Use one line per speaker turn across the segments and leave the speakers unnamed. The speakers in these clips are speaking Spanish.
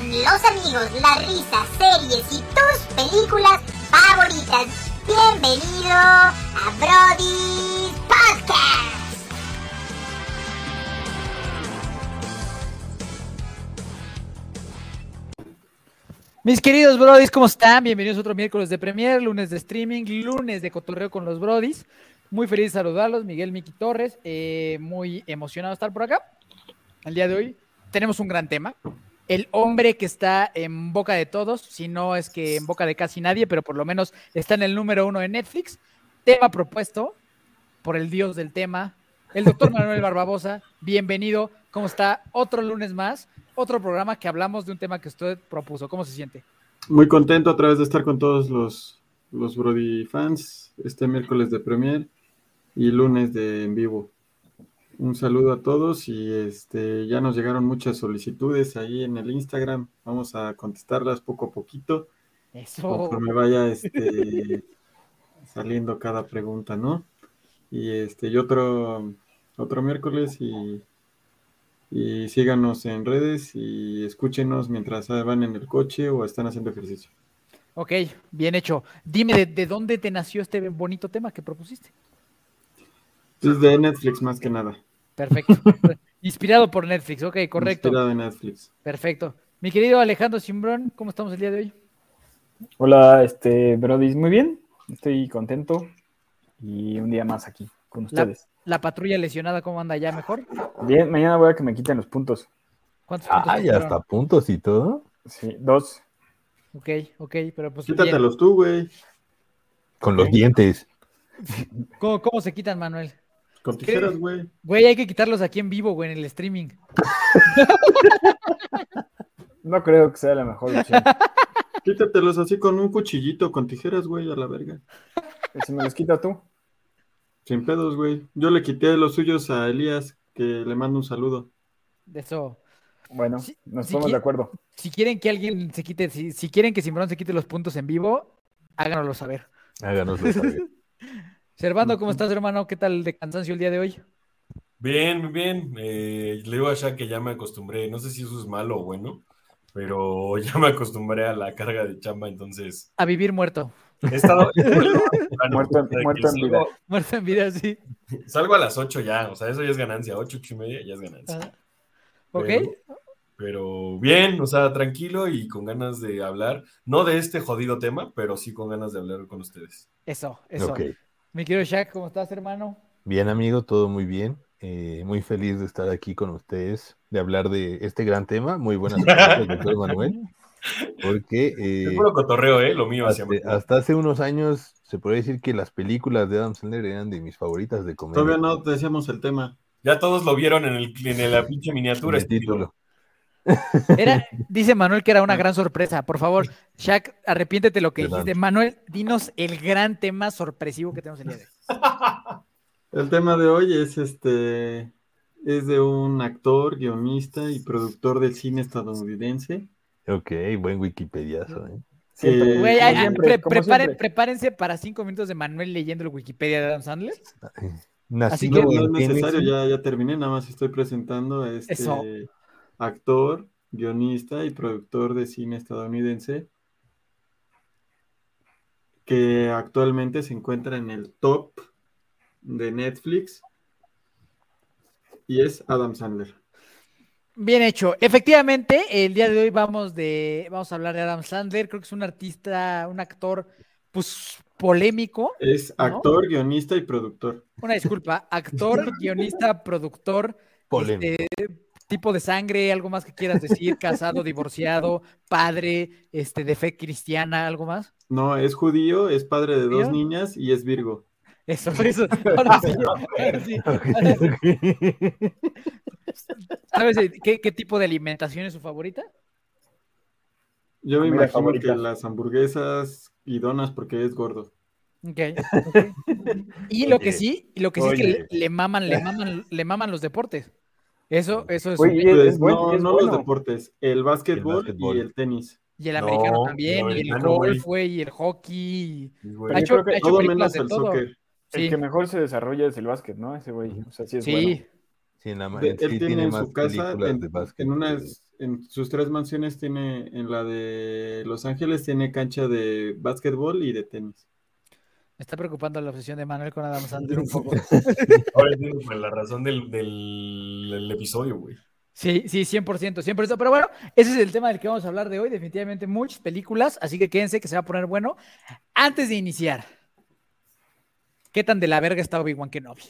los amigos, las risas, series y tus películas favoritas. Bienvenido a Brody's Podcast.
Mis queridos brodis, ¿cómo están? Bienvenidos otro miércoles de Premier, lunes de streaming, lunes de cotorreo con los brodis. Muy feliz de saludarlos, Miguel Miki Torres. eh, muy emocionado de estar por acá. El día de hoy tenemos un gran tema. El hombre que está en boca de todos, si no es que en boca de casi nadie, pero por lo menos está en el número uno de Netflix. Tema propuesto por el dios del tema, el doctor Manuel Barbabosa. Bienvenido, ¿cómo está? Otro lunes más, otro programa que hablamos de un tema que usted propuso. ¿Cómo se siente?
Muy contento a través de estar con todos los, los Brody fans este miércoles de Premier y lunes de en vivo. Un saludo a todos y este ya nos llegaron muchas solicitudes ahí en el Instagram. Vamos a contestarlas poco a poquito
Eso.
conforme vaya este, saliendo cada pregunta, ¿no? Y este y otro otro miércoles y y síganos en redes y escúchenos mientras van en el coche o están haciendo ejercicio.
Ok, bien hecho. Dime, ¿de, de dónde te nació este bonito tema que propusiste?
Es de Netflix más que nada.
Perfecto. Inspirado por Netflix, ok, correcto.
Inspirado en Netflix.
Perfecto. Mi querido Alejandro Simbrón, ¿cómo estamos el día de hoy?
Hola, este Brody, muy bien, estoy contento y un día más aquí con ustedes.
La patrulla lesionada, ¿cómo anda ya? ¿Mejor?
Bien, mañana voy a que me quiten los puntos.
¿Cuántos puntos
Ah,
te
ya
quedaron?
hasta puntos y todo.
Sí, dos.
Ok, ok, pero pues bien.
Quítatelos tú, güey.
Con los
Ok.
dientes.
¿Cómo, cómo se quitan, Manuel?
Con tijeras, güey.
Güey, hay que quitarlos aquí en vivo, güey, en el streaming.
No creo que sea la mejor opción.
Quítatelos así con un cuchillito, con tijeras, güey, a la verga.
Si me los quita tú.
Sin pedos, güey. Yo le quité los suyos a Elías, que le mando un saludo.
De Eso.
Bueno,
Sí,
nos
sí
ponemos
qui-
de acuerdo.
Si quieren que alguien se quite, si, si quieren que Simbrón se quite los puntos en vivo, háganoslo saber.
Háganoslo saber.
Servando, ¿cómo estás, hermano? ¿Qué tal de cansancio el día de hoy?
Bien, muy bien. Eh, le digo a Shaq que ya me acostumbré. No sé si eso es malo o bueno, pero ya me acostumbré a la carga de chamba, entonces
A vivir muerto.
he estado... Bueno,
Muerto en-
de que
muerto en
salgo-
vida.
Muerto en vida, sí.
Salgo a las 8 ya, o sea, eso ya es ganancia. 8, 8 y media ya es ganancia.
Ah. ¿Ok?
Pero, pero bien, o sea, tranquilo y con ganas de hablar. No de este jodido tema, pero sí con ganas de hablar con ustedes.
Eso, eso.
Ok.
Mi querido Shaq, ¿cómo estás, hermano?
Bien, amigo, todo muy bien. Eh, muy feliz de estar aquí con ustedes, de hablar de este gran tema. Muy buenas tardes, doctor Manuel. Porque eh,
Es puro cotorreo, ¿eh? Lo mío hacia
hasta, hasta hace unos años se puede decir que las películas de Adam Sandler eran de mis favoritas de comedia.
Todavía no decíamos el tema.
Ya todos lo vieron en, el, en la pinche
En
miniatura.
el título.
Era, dice Manuel que era una gran sorpresa. Por favor, Shaq, arrepiéntete lo que
Perdón.
dijiste. Manuel, dinos el gran tema sorpresivo que tenemos el día de hoy.
El tema de hoy es este. Es de un actor, guionista y productor del cine estadounidense.
Ok, buen Wikipediazo. ¿eh?
Siempre,
Eh,
Güey,
como
ay, ay,
siempre,
pre-
como
preparen-
siempre.
prepárense para cinco minutos de Manuel leyendo el Wikipedia de Adam Sandler.
¿eh? Nacido
que
No, no es
en
necesario,
Tennessee.
ya, ya terminé, nada más estoy presentando a este
Eso.
actor, guionista y productor de cine estadounidense que actualmente se encuentra en el top de Netflix y es Adam Sandler.
Bien hecho. Efectivamente, el día de hoy vamos de, vamos a hablar de Adam Sandler. Creo que es un artista, un actor, pues polémico.
Es
¿No?
actor, guionista y productor.
Una disculpa, actor, guionista, productor,
Polémico.
tipo de sangre, algo más que quieras decir, casado, divorciado, padre, este, de fe cristiana, algo más.
No, es judío, es padre de dos
¿Judío?
niñas y es Virgo.
Eso, eso. Ahora sí, ahora sí. ¿Sabes eh, qué, qué tipo de alimentación es su favorita?
Yo me
Comida
imagino
favorita.
que las hamburguesas y donas porque es gordo.
Ok, ok. Y lo que
Oye,
sí, y lo que sí es que le,
oye.
le maman, le maman, le maman los deportes. Eso, eso es.
Oye,
un-
y
Pues
es- es buen-
no,
es
no
bueno.
los deportes, el básquetbol,
El básquetbol.
y el tenis.
Y el
No,
americano también,
el
y el
americano, güey.
golf, güey, y el hockey.
título.
Ha
yo
hecho,
creo que
ha hecho
Todo
películas
menos
de
el
todo.
soccer.
El
Sí,
que mejor se desarrolla es el básquet, ¿no? Ese güey, o sea, sí es
sí.
bueno.
Sí, en la ma-
De-
en
él
sí
tiene, en
más
su casa,
películas
en,
de básquet
en
que-
unas, en sus tres mansiones tiene, en la de Los Ángeles tiene cancha de básquetbol y de tenis.
Me está preocupando la obsesión de Manuel con Adam Sandler un poco.
Ahora entiendo pues, la razón del, del- del episodio, güey.
Sí, sí, 100%, 100%. Pero bueno, ese es el tema del que vamos a hablar de hoy. Definitivamente muchas películas, así que quédense que se va a poner bueno. Antes de iniciar, ¿qué tan de la verga está Obi-Wan Kenobi?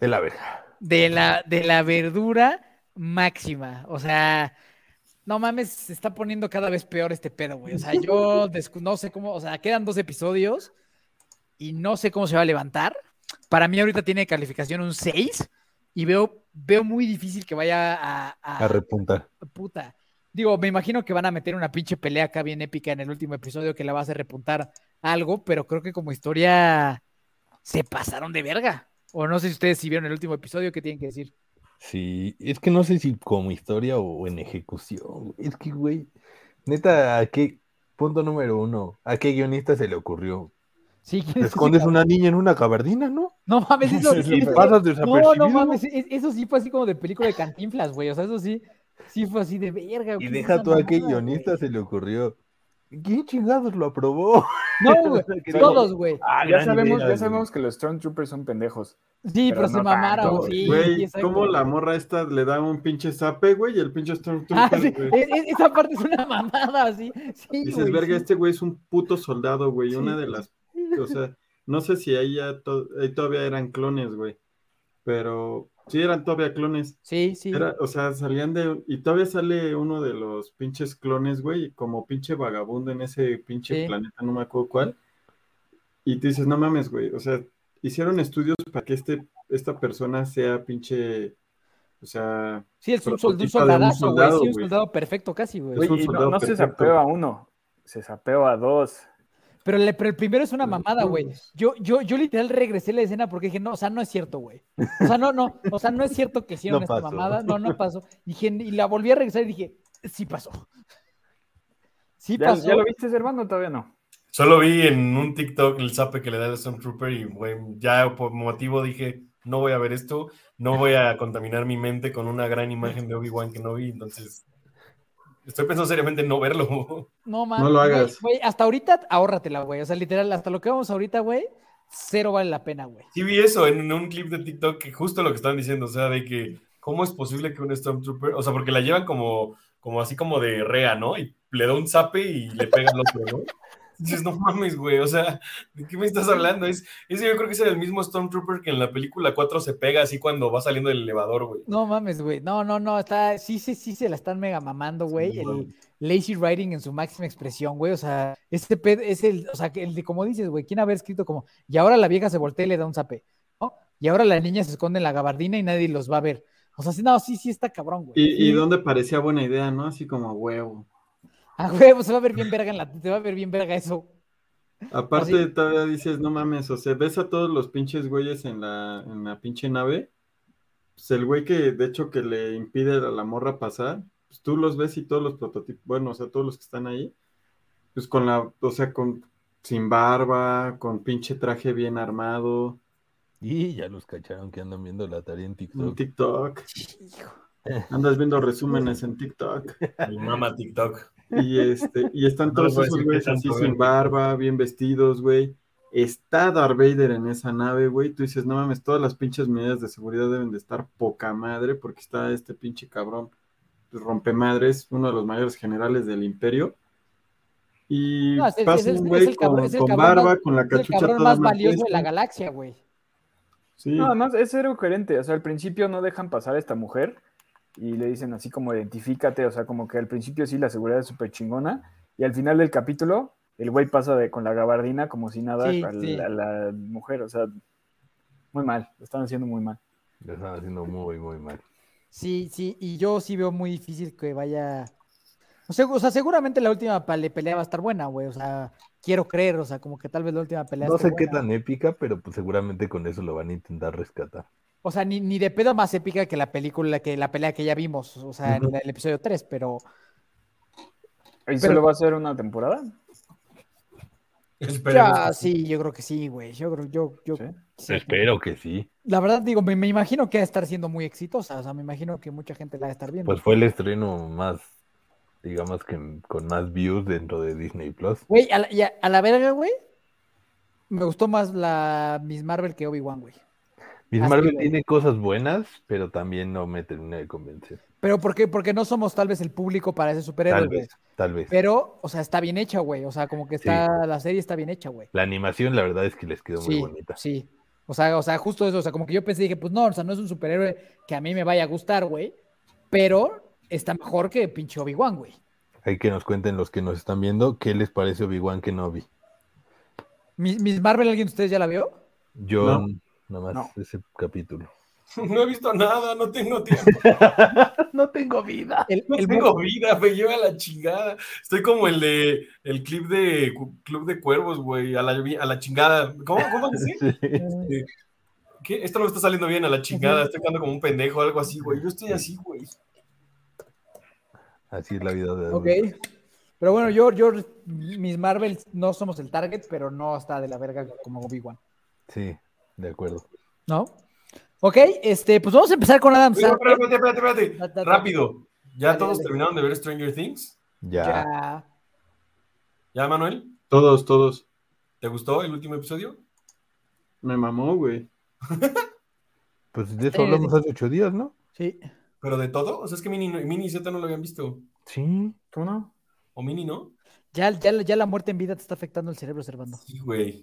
De la verga.
De la, de la verdura máxima. O sea, no mames, se está poniendo cada vez peor este pedo, güey. O sea, yo descu- no sé cómo, o sea, quedan dos episodios y no sé cómo se va a levantar. Para mí ahorita tiene calificación un 6 y veo, veo muy difícil que vaya a-
Ah.
A repuntar.
Puta. Digo, me imagino que van a meter una pinche pelea acá bien épica en el último episodio que la va a hacer repuntar algo, pero creo que como historia se pasaron de verga. O no sé si ustedes si vieron el último episodio, ¿qué tienen que decir?
Sí, es que no sé si como historia o en ejecución. güey. Es que, güey, neta, ¿a qué? Punto número uno. ¿A qué guionista se le ocurrió?
Sí, ¿quién es ese
Escondes
cabrón?
una niña en una cavardina, ¿no?
No mames, eso,
Sí,
Y
sí,
eso-
pasas
no,
desapercibido.
no mames, e- eso sí fue así como de película de cantinflas, güey. O sea, eso sí, sí fue así de verga.
Y
qué
deja tú
puta
a qué
pues, mamada,
guionista
güey.
se le ocurrió. ¿Quién chingados lo aprobó?
No, güey, todos, güey.
ya, sabemos, ya sabemos que los Stormtroopers son pendejos.
Sí, pero,
Pero
se
no
mamaron.
tanto,
sí, sí,
güey,
exacto.
¿cómo la morra esta le da un pinche zape, güey? Y el pinche
Ah, sí,
Stormtrooper, güey.
e- e- esa parte es una mamada, sí. sí
Dices,
güey, sí.
verga, este güey es un puto soldado, güey.
Sí.
Una de las. O sea, no sé si ahí, ya to- ahí todavía eran clones, güey. Pero sí eran todavía clones.
Sí, sí.
Era, o sea, salían de. Y todavía sale uno de los pinches clones, güey, como pinche vagabundo en ese pinche
Sí.
planeta, no me acuerdo cuál. Y tú dices, no mames, güey. O sea, hicieron estudios para que este, esta persona sea pinche. O sea,
Sí, es un, solda- un
prototipo de un
soldadazo, güey.
soldado,
Sí, un
güey.
soldado perfecto casi, güey.
Güey.
Güey,
un
y no,
soldado
no se
perfecto.
sapeó a uno, se sapeó a dos.
Pero, le- pero el primero es una
Los
mamada, güey.
clones.
Yo, yo, yo literal regresé a la escena porque dije, no, o sea, no es cierto, güey. O sea, no, no, o sea, no es cierto que hicieron
No
esta
pasó.
mamada. No, no pasó. Y, dije- y la volví a regresar y dije, sí pasó. Sí
¿Ya,
pasó.
ya lo viste, Servando? Todavía no.
Solo vi en un TikTok el zape que le da el Stormtrooper y, güey, ya por motivo dije, no voy a ver esto, no voy a contaminar mi mente con una gran imagen de Obi-Wan que no vi, entonces estoy pensando seriamente en no verlo.
No mames.
No lo
güey,
hagas.
Güey, hasta ahorita, ahórratela, güey. O sea, literal, hasta lo que vamos ahorita, güey, cero vale la pena, güey.
Sí vi eso en un clip de TikTok, que justo lo que están diciendo, o sea, de que cómo es posible que un Stormtrooper, o sea, porque la llevan como, como así como de rea, ¿no? Y le da un zape y le pega al otro, ¿no? Dices, no mames, güey, o sea, ¿de qué me estás hablando? Es, ese yo creo que es el mismo Stormtrooper que en la película 4 se pega así cuando va saliendo del elevador, güey.
No mames, güey. No, no, no. Está, sí, sí, sí se la están mega mamando, güey.
Sí,
el
mames.
lazy writing en su máxima expresión, güey. O sea, este pedo es el, o sea, que el de como dices, güey, ¿quién haber escrito como, y ahora la vieja se voltea y le da un zape, ¿no? Y ahora la niña se esconde en la gabardina y nadie los va a ver. O sea, sí, no, sí, sí está cabrón, güey.
Y, y
Sí.
donde parecía buena idea, ¿no? Así como huevo.
Ah, güey, pues se va a ver bien verga en la, se va a ver bien verga eso.
Aparte, todavía dices, no mames, o sea, ves a todos los pinches güeyes en la, en la pinche nave. Pues el güey que, de hecho, que le impide a la morra pasar, pues tú los ves y todos los prototipos, bueno, o sea, todos los que están ahí, pues con la, o sea, con, sin barba, con pinche traje bien armado,
Y ya los cacharon que andan viendo la tarea en
un
TikTok.
TikTok. Andas viendo resúmenes en TikTok.
Mi mamá TikTok.
Y, este, y están
No
todos
les voy
esos
a decir
güeyes
qué
así
tanto,
sin
güey.
barba, bien vestidos, güey. Está Darth Vader en esa nave, güey. Tú dices, no mames, todas las pinches medidas de seguridad deben de estar poca madre porque está este pinche cabrón rompemadres, uno de los mayores generales del imperio. Y
No, es el- es
pasa
el-
un
es
güey
el cabrón-
con,
es el
con
cabrón
barba,
más-
con la
Es el
cachucha
cabrón
toda
más valioso de
manchesta.
la galaxia, güey.
Sí.
No, además, es cero coherente. O sea, al principio no dejan pasar a esta mujer y le dicen así como identifícate. O sea, como que al principio sí la seguridad es súper chingona y al final del capítulo el güey pasa de, con la gabardina como si nada
Sí,
a, la-
sí.
a la mujer. O sea, muy mal. Lo están haciendo muy mal.
Lo están haciendo muy, muy mal.
Sí, sí, y yo sí veo muy difícil que vaya. O sea, o sea, seguramente la última pale- pelea va a estar buena, güey. O sea, quiero creer, o sea, como que tal vez la última pelea.
No
esté
sé qué
buena.
tan épica, pero pues seguramente con eso lo van a intentar rescatar.
O sea, ni, ni de pedo más épica que la película, que la pelea que ya vimos, o sea, en
Ujú.
la- el episodio 3, pero
¿Y
Pero-
solo va a ser una temporada?
Esperemos.
ya sí, yo creo que sí, güey. Yo creo, yo, yo,
Sí.
Sí.
Espero que sí.
La verdad, digo, me, me imagino que va a estar siendo muy exitosa. O sea, me imagino que mucha gente la va a estar viendo.
Pues fue el estreno más, digamos que con más views dentro de Disney Plus.
Güey, a la, y a- a la verga, güey. Me gustó más la Miss Marvel que Obi-Wan, güey.
Miss
Así
Marvel
es.
tiene cosas buenas, pero también no me termina de convencer.
Pero ¿por qué? Porque no somos tal vez el público para ese superhéroe,
Tal
güey.
vez, tal vez.
Pero, o sea, está bien hecha, güey. O sea, como que
Sí.
está, la serie está bien hecha, güey.
La animación, la verdad es que les quedó muy
Sí,
bonita.
sí. O sea, o sea, justo eso. O sea, como que yo pensé, dije, pues no, o sea, no es un superhéroe que a mí me vaya a gustar, güey. Pero está mejor que pinche Obi-Wan, güey.
Hay que nos cuenten los que nos están viendo qué les parece Obi-Wan Kenobi.
Miss Miss Marvel, ¿alguien de ustedes ya la vio?
Yo,
No.
nada más
No.
ese capítulo.
No he visto nada, no tengo tiempo.
No tengo vida.
El,
No
el
tengo vida, me lleva la chingada. Estoy como el de el clip de Cu- Club de Cuervos, güey, a la, vi- a la chingada. ¿Cómo? ¿Cómo dice? Este, ¿Qué? Esto no me está saliendo bien a la chingada. Estoy quedando como un pendejo, algo así, güey. Yo estoy así, güey.
Así es la vida de
Ok.
adulto.
Pero bueno, yo, yo, Miss Marvel no somos el target, pero no está de la verga como Obi-Wan,
Sí, de acuerdo.
¿no? Ok, este, pues vamos a empezar con Adam
Oye,
Sandler.
Espérate, espérate, espérate,
Ta, ta, ta.
espérate. Rápido. ¿Ya
Dale,
todos
dale.
terminaron de ver Stranger Things?
Ya.
Ya.
¿Ya, Manuel?
Todos, todos.
¿Te gustó el último episodio?
Me mamó, güey.
Pues de
Sí,
eso hablamos hace ocho días, ¿no?
Sí.
¿Pero de todo? O sea, es que Mini, Mini y Z no lo habían visto.
Sí.
¿Tú no?
¿O Mini no?
Ya, ya, ya la muerte en vida te está afectando el cerebro, Servando.
Sí, güey.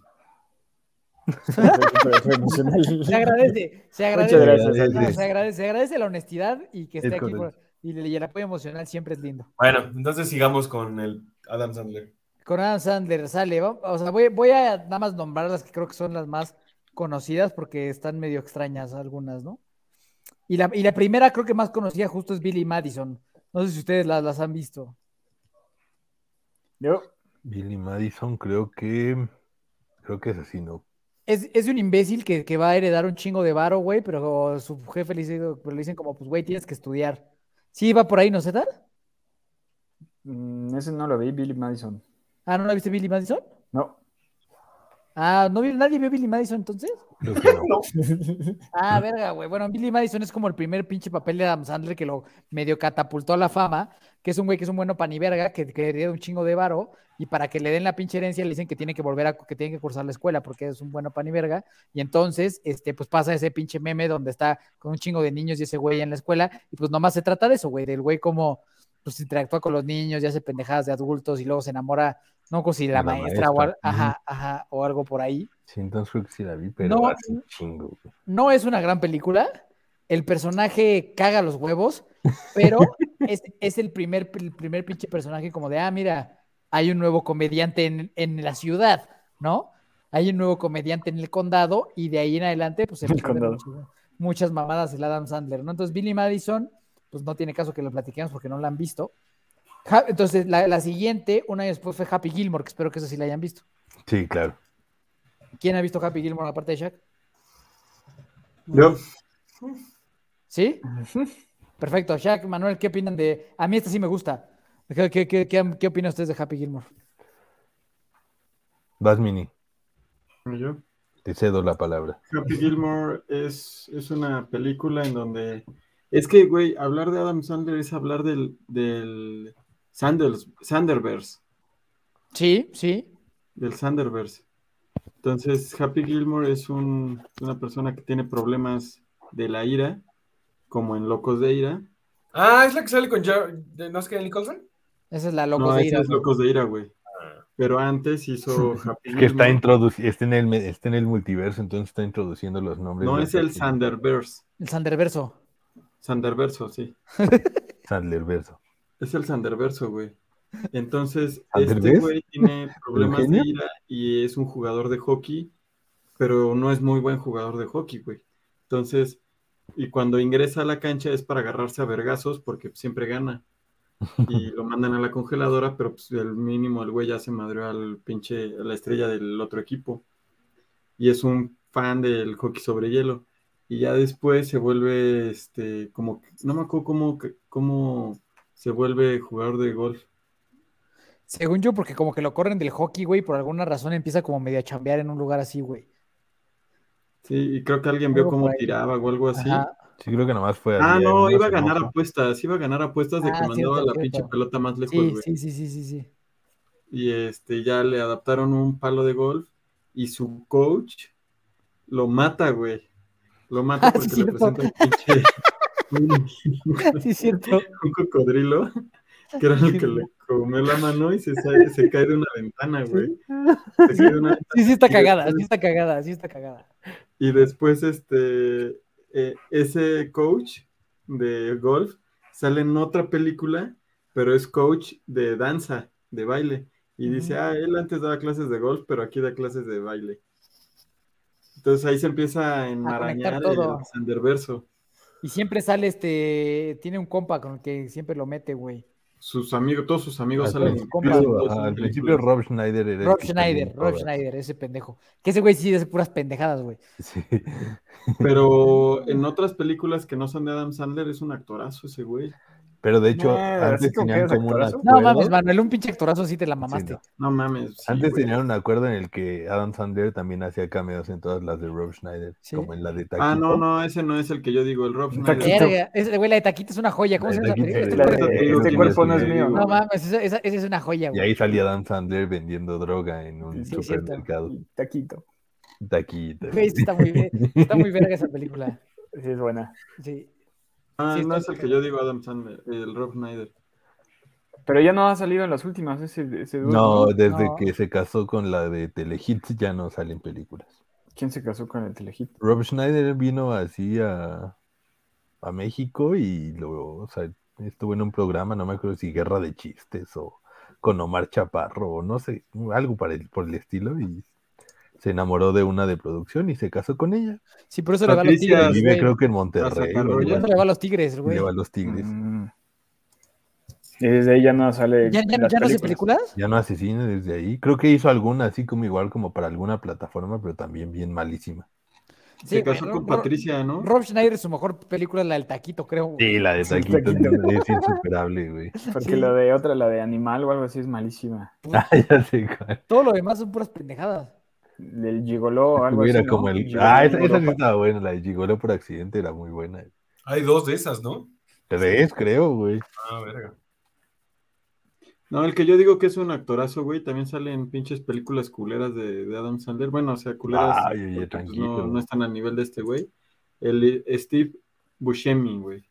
Fue- fue- fue emocional.
Se agradece, se agradece.
Muchas gracias,
No,
Andrés.
se agradece, se agradece la honestidad y que
Es
esté aquí
correcto.
por- y, el- y el apoyo emocional siempre es lindo.
Bueno, entonces sigamos con el Adam Sandler.
Con Adam Sandler sale, va- o sea, voy, voy a nada más nombrar las que creo que son las más conocidas porque están medio extrañas algunas, ¿no? Y la, y la primera creo que más conocida justo es Billy Madison. No sé si ustedes las, las han visto.
Yo,
Billy Madison, creo que. Creo que es así, ¿no?
Es, es un imbécil que, que va a heredar un chingo de varo, güey, pero su jefe le, dice, pero le dicen como, pues, güey, tienes que estudiar. Sí, va por ahí, ¿no, Zeta?
mm, ese no lo vi, Billy Madison.
Ah, ¿no la viste Billy Madison?
No.
Ah, ¿no, vi- ¿nadie vio Billy Madison entonces?
Creo que no.
Ah, verga, güey. Bueno, Billy Madison es como el primer pinche papel de Adam Sandler que lo medio catapultó a la fama, que es un güey que es un bueno paniverga, que que hereda un chingo de varo, y para que le den la pinche herencia le dicen que tiene que volver a, que tiene que cursar la escuela porque es un bueno paniverga, y entonces, este, pues pasa ese pinche meme donde está con un chingo de niños y ese güey en la escuela, y pues nomás se trata de eso, güey, del güey como, pues interactúa con los niños y hace pendejadas de adultos y luego se enamora, no como si la,
De la
maestra, o, al-
maestra. Ujú.
ajá, ajá, o algo por ahí.
Sí, entonces creo que sí la vi, pero
No.
hace un chingo. güey.
No es una gran película. El personaje caga los huevos, pero es, es el, primer, el primer pinche personaje como de, ah, mira, hay un nuevo comediante en, en la ciudad, ¿no? Hay un nuevo comediante en el condado y de ahí en adelante, pues se
El
le prende
condado.
muchas, muchas mamadas el Adam Sandler, ¿no? Entonces Billy Madison, pues no tiene caso que lo platiquemos porque no la han visto. Ja- Entonces, la, la siguiente, un año después fue Happy Gilmore, que espero que eso sí la hayan visto.
Sí, claro.
¿Quién ha visto Happy Gilmore aparte de Shaq?
Yo,
¿Sí? Perfecto. Jack, Manuel, ¿qué opinan de.? A mí esta sí me gusta. ¿Qué, qué, qué, qué, qué opinan ustedes de Happy Gilmore?
Vas, Mini.
yo.
Te cedo la palabra.
Happy Gilmore es, es una película en donde. Es que, güey, hablar de Adam Sandler es hablar del, del Sanders, Sanderverse.
Sí, sí.
Del Sanderverse. Entonces, Happy Gilmore es un- una persona que tiene problemas de la ira, como en Locos de Ira.
Ah, es la que sale con Jar de- ¿No es que Nicholson?
Esa es la locos
no,
de
ese
ira.
es Locos de Ira, güey. Pero antes hizo Happy
Es que está
Gilmore.
introduciendo, está en el me- está en el multiverso, entonces está introduciendo los nombres.
No
de
es el
las-
Sanderverse.
El Sanderverso.
Sanderverso, sí.
Sandlerverso.
Es el Sanderverso, güey. Entonces, este
¿Sanderverse?
güey tiene problemas de
genio?
ira y es un jugador de hockey, pero no es muy buen jugador de hockey, güey. Entonces, y cuando ingresa a la cancha es para agarrarse a vergazos porque siempre gana. Y lo mandan a la congeladora, pero pues el mínimo el güey ya se madreó al pinche, a la estrella del otro equipo. Y es un fan del hockey sobre hielo. Y ya después se vuelve, este, como, no me acuerdo cómo, cómo se vuelve jugador de golf.
Según yo, porque como que lo corren del hockey, güey, por alguna razón empieza como medio a chambear en un lugar así, güey.
Sí, y creo que alguien vio
Algo
cómo
por ahí.
tiraba o algo así.
Ajá.
Sí, creo que nomás fue
Ah,
así,
no,
algunos
iba a ganar
enojos.
apuestas, iba a ganar apuestas de
Ah,
que mandaba
cierto,
la
cierto.
pinche pelota más lejos,
Sí,
pues,
sí,
güey.
sí, sí, sí, sí.
Y este, ya le adaptaron un palo de golf y su coach lo mata, güey. Lo mata
Ah, sí,
porque le
cierto.
presenta un pinche un,
Sí, es cierto.
un cocodrilo que era el que le comió la mano y se, sa- se cae de una ventana, güey. Se cae de una
Sí, sí está
Y
cagada,
después-
sí está cagada, sí está cagada.
Y después, este, eh, ese coach de golf sale en otra película, pero es coach de danza, de baile. Y dice, ah, él antes daba clases de golf, pero aquí da clases de baile. Entonces ahí se empieza a enmarañar
todo.
el Sanderverso.
Y siempre sale este, tiene un compa con el que siempre lo mete, güey.
Sus amigos, todos sus amigos
Al
salen.
principio,
en todas
Ajá,
sus
al principio
películas.
Rob Schneider era el
Rob
que salía en
Schneider, Rob
todas.
Schneider, ese pendejo. Que ese güey sí hace puras pendejadas, güey.
Sí.
Pero en otras películas que no son de Adam Sandler, es un actorazo ese güey.
Pero de hecho,
No, así
antes
como
tenían
que eres
como un
actorazo.
acuerdo.
No mames, Manuel, un pinche actorazo sí te la mamaste.
no.
No mames. sí,
Antes
güey.
tenían un acuerdo en el que Adam Sandler también hacía cameos en todas las de Rob Schneider,
Sí.
como en la de Taquito.
Ah, no, no, ese no es el que yo digo, el Rob
Un
Schneider.
taquito.
Verga, ese güey, la de Taquita es una joya. ¿Cómo
La
se
de
llama esa
Taquita,
película?
la
Este
de-
cuerpo-
Eh,
este
no
cuerpo no es
tiene
mío,
sentido.
No mames, esa, esa- esa es una joya,
Y
güey.
ahí salía Adam Sandler vendiendo droga en un
Sí, es cierto.
supermercado.
Taquito.
Taquito.
Güey, está muy, ve- está muy verga esa película.
Sí, es buena.
Sí.
Ah,
Sí, está
no es el
bien.
que yo digo Adam Sandler, el Rob Schneider.
Pero ya no ha salido en las últimas ese, ese dude,
No, desde
No.
que se casó con la de Telehits ya no salen películas.
¿Quién se casó con el telehit?
Rob Schneider vino así a, a México y luego o sea, estuvo en un programa, no me acuerdo si Guerra de Chistes o con Omar Chaparro o no sé, algo para el- por el estilo y se enamoró de una de producción y se casó con ella.
Sí, por eso le va a los
Patricia
Y
tigres.
vive
güey.
creo que en
¿Casa
Monterrey. o algo
Carollo?
Por eso
así,
le va a los tigres,
y
güey.
Lleva a los tigres.
Mm. Y desde ahí ya no sale.
¿Ya, ya,
en las
ya no hace
películas.
películas?
Ya no asesina desde ahí. Creo que hizo alguna así como igual como para alguna plataforma, pero también bien malísima.
Sí,
Se
güey,
casó
Ro-
este con
Ro-
Patricia, ¿no?
Rob Schneider, su mejor película es la del Taquito, creo. güey.
Sí, la de
Sí,
Taquito
Taquito.
es insuperable, güey.
Porque
Sí.
la de otra, la de animal o algo así, es malísima.
Ah, ya sé cuál.
Todo lo demás son puras pendejadas.
El gigoló o algo
Hubiera
así. ¿no?
como el.
Gigoló
Ah,
en
esa, esa sí
Europa.
estaba buena, la de Gigolo por accidente era muy buena.
Hay dos de esas, ¿no?
Tres, creo, güey.
Ah, verga.
No, el que yo digo que es un actorazo, güey, también sale en pinches películas culeras de, de Adam Sandler. Bueno, o sea, culeras
Ay, oye,
porque, pues,
tranquilo.
no, no están al nivel de este güey. El eh, Steve Buscemi, güey.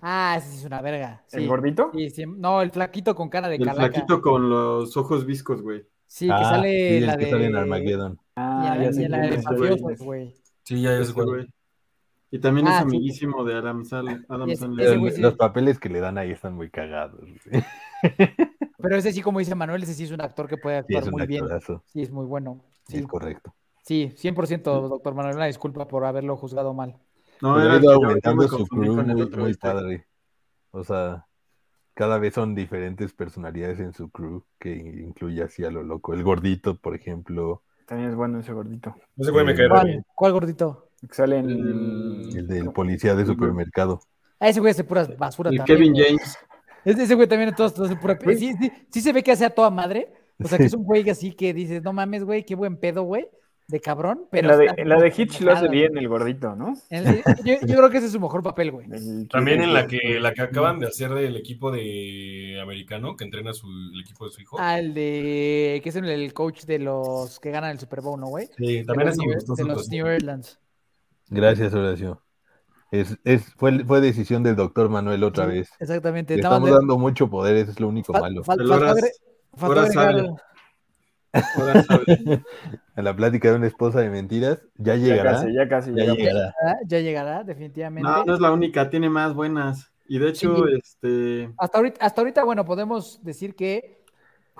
Ah, ese sí es una verga. Sí.
¿El gordito?
Sí, sí. No, el flaquito con cara de
El
calaca.
flaquito con los ojos viscos, güey.
Sí, que
Ah, sí,
sale
el
la
que
de.
sale en Armageddon.
Ah,
Y
ya
la,
sé
y la
quién
de
es.
güey.
mafiosos, güey.
Sí, ya es
Ese
güey.
güey. Y también
Ah,
es
sí. Ah,
amiguísimo de Adam, Sal- Adam
Ese-
Sandler.
Pero
ese güey sí.
Los papeles que le dan ahí están muy cagados. güey.
Pero ese sí, como dice Manuel, ese sí es un actor que puede
Sí,
actuar
es un
muy bien.
actorazo.
Sí, es muy bueno. Sí,
Es correcto.
sí 100%, doctor Manuel, una disculpa por haberlo juzgado mal.
No,
Pero
era
ha
el
ido
que yo- yo me
aumentando su
confundí
crew
con el
muy,
otro,
muy
este.
padre. O sea, cada vez son diferentes personalidades en su crew que incluye así a lo loco. El gordito, por ejemplo.
También es bueno ese gordito.
Ese güey me
Eh,
cae re bien.
¿Cuál, cuál gordito?
Que Sale en.
El-
Mm.
El del policía de supermercado.
Ah, ese güey hace puras basura
El
también.
Kevin
güey.
James.
Ese, ese güey también todo, todo hace pura. Sí, sí, sí se ve que hace a toda madre. O sea, que es un güey así que dices, no mames, güey, qué buen pedo, güey, de cabrón.
En
Pero
la, de,
está-
en la de Hitch lo hace
pendejada,
bien el gordito, ¿no?
El- yo, yo creo que ese es su mejor papel, güey.
El-
También en la que, la que acaban de hacer del equipo de americano que entrena su, el equipo de su hijo.
Ah, el de. que es el coach de los que ganan el Super Bowl, ¿no, güey?
Sí,
De
también
los
es
New-
gustoso.
de los New Orleans.
Gracias, Horacio. Es, es, fue, fue decisión del doctor Manuel otra
Sí,
vez.
Exactamente.
Le
nada más
estamos
le-
dando mucho poder, eso es lo único
fal-
malo.
fal-
El
faltó
Horas-
agre- faltó
Horas
agregar-
Sable. Ahora sabes.
A la plática de una esposa de mentiras, ya
Ya
llegará.
casi, ya casi.
ya
llegamos.
llegará.
Ah, Ya llegará, definitivamente.
No, no es la única, tiene más buenas. Y de hecho,
Sí.
este,
Hasta, ahorita, hasta ahorita, bueno, podemos decir que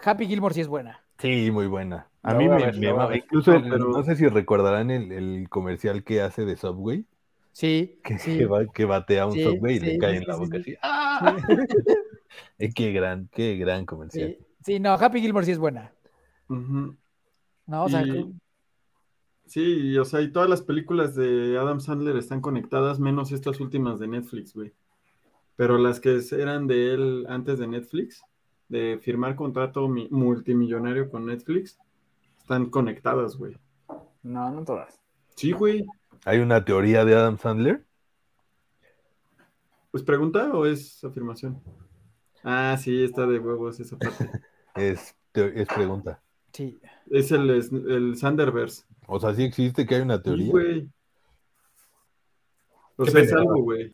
Happy Gilmore sí es buena.
Sí, muy buena. A
La
mí
voy a
me,
ver, la voy
me
a
mama.
ver.
Incluso,
No,
el-
pero-
no sé si recordarán el, el comercial que hace de Subway,
Sí,
que,
sí.
que va- que batea un
Sí,
Subway y le
sí,
cae
sí,
en la
sí,
boca
sí.
así. ¡Ah! Eh, qué gran, qué gran comercial.
Sí, sí, no, Happy Gilmore sí es buena.
ujú.
No, o sea,
Y-
creo-
sí, y, o sea, y todas las películas de Adam Sandler están conectadas, menos estas últimas de Netflix, güey. Pero las que eran de él antes de Netflix, de firmar contrato mi- multimillonario con Netflix, están conectadas, güey.
No, no todas.
Sí, güey.
Hay una teoría de Adam Sandler.
¿Pues pregunta o es afirmación? Ah, sí, está de huevos esa parte.
Es, te- es pregunta.
Sí.
Es el, es- el Sanderverse.
O sea, sí existe que hay una
Sí,
teoría.
güey. O
Qué
sea, es
pendejada.
algo, güey.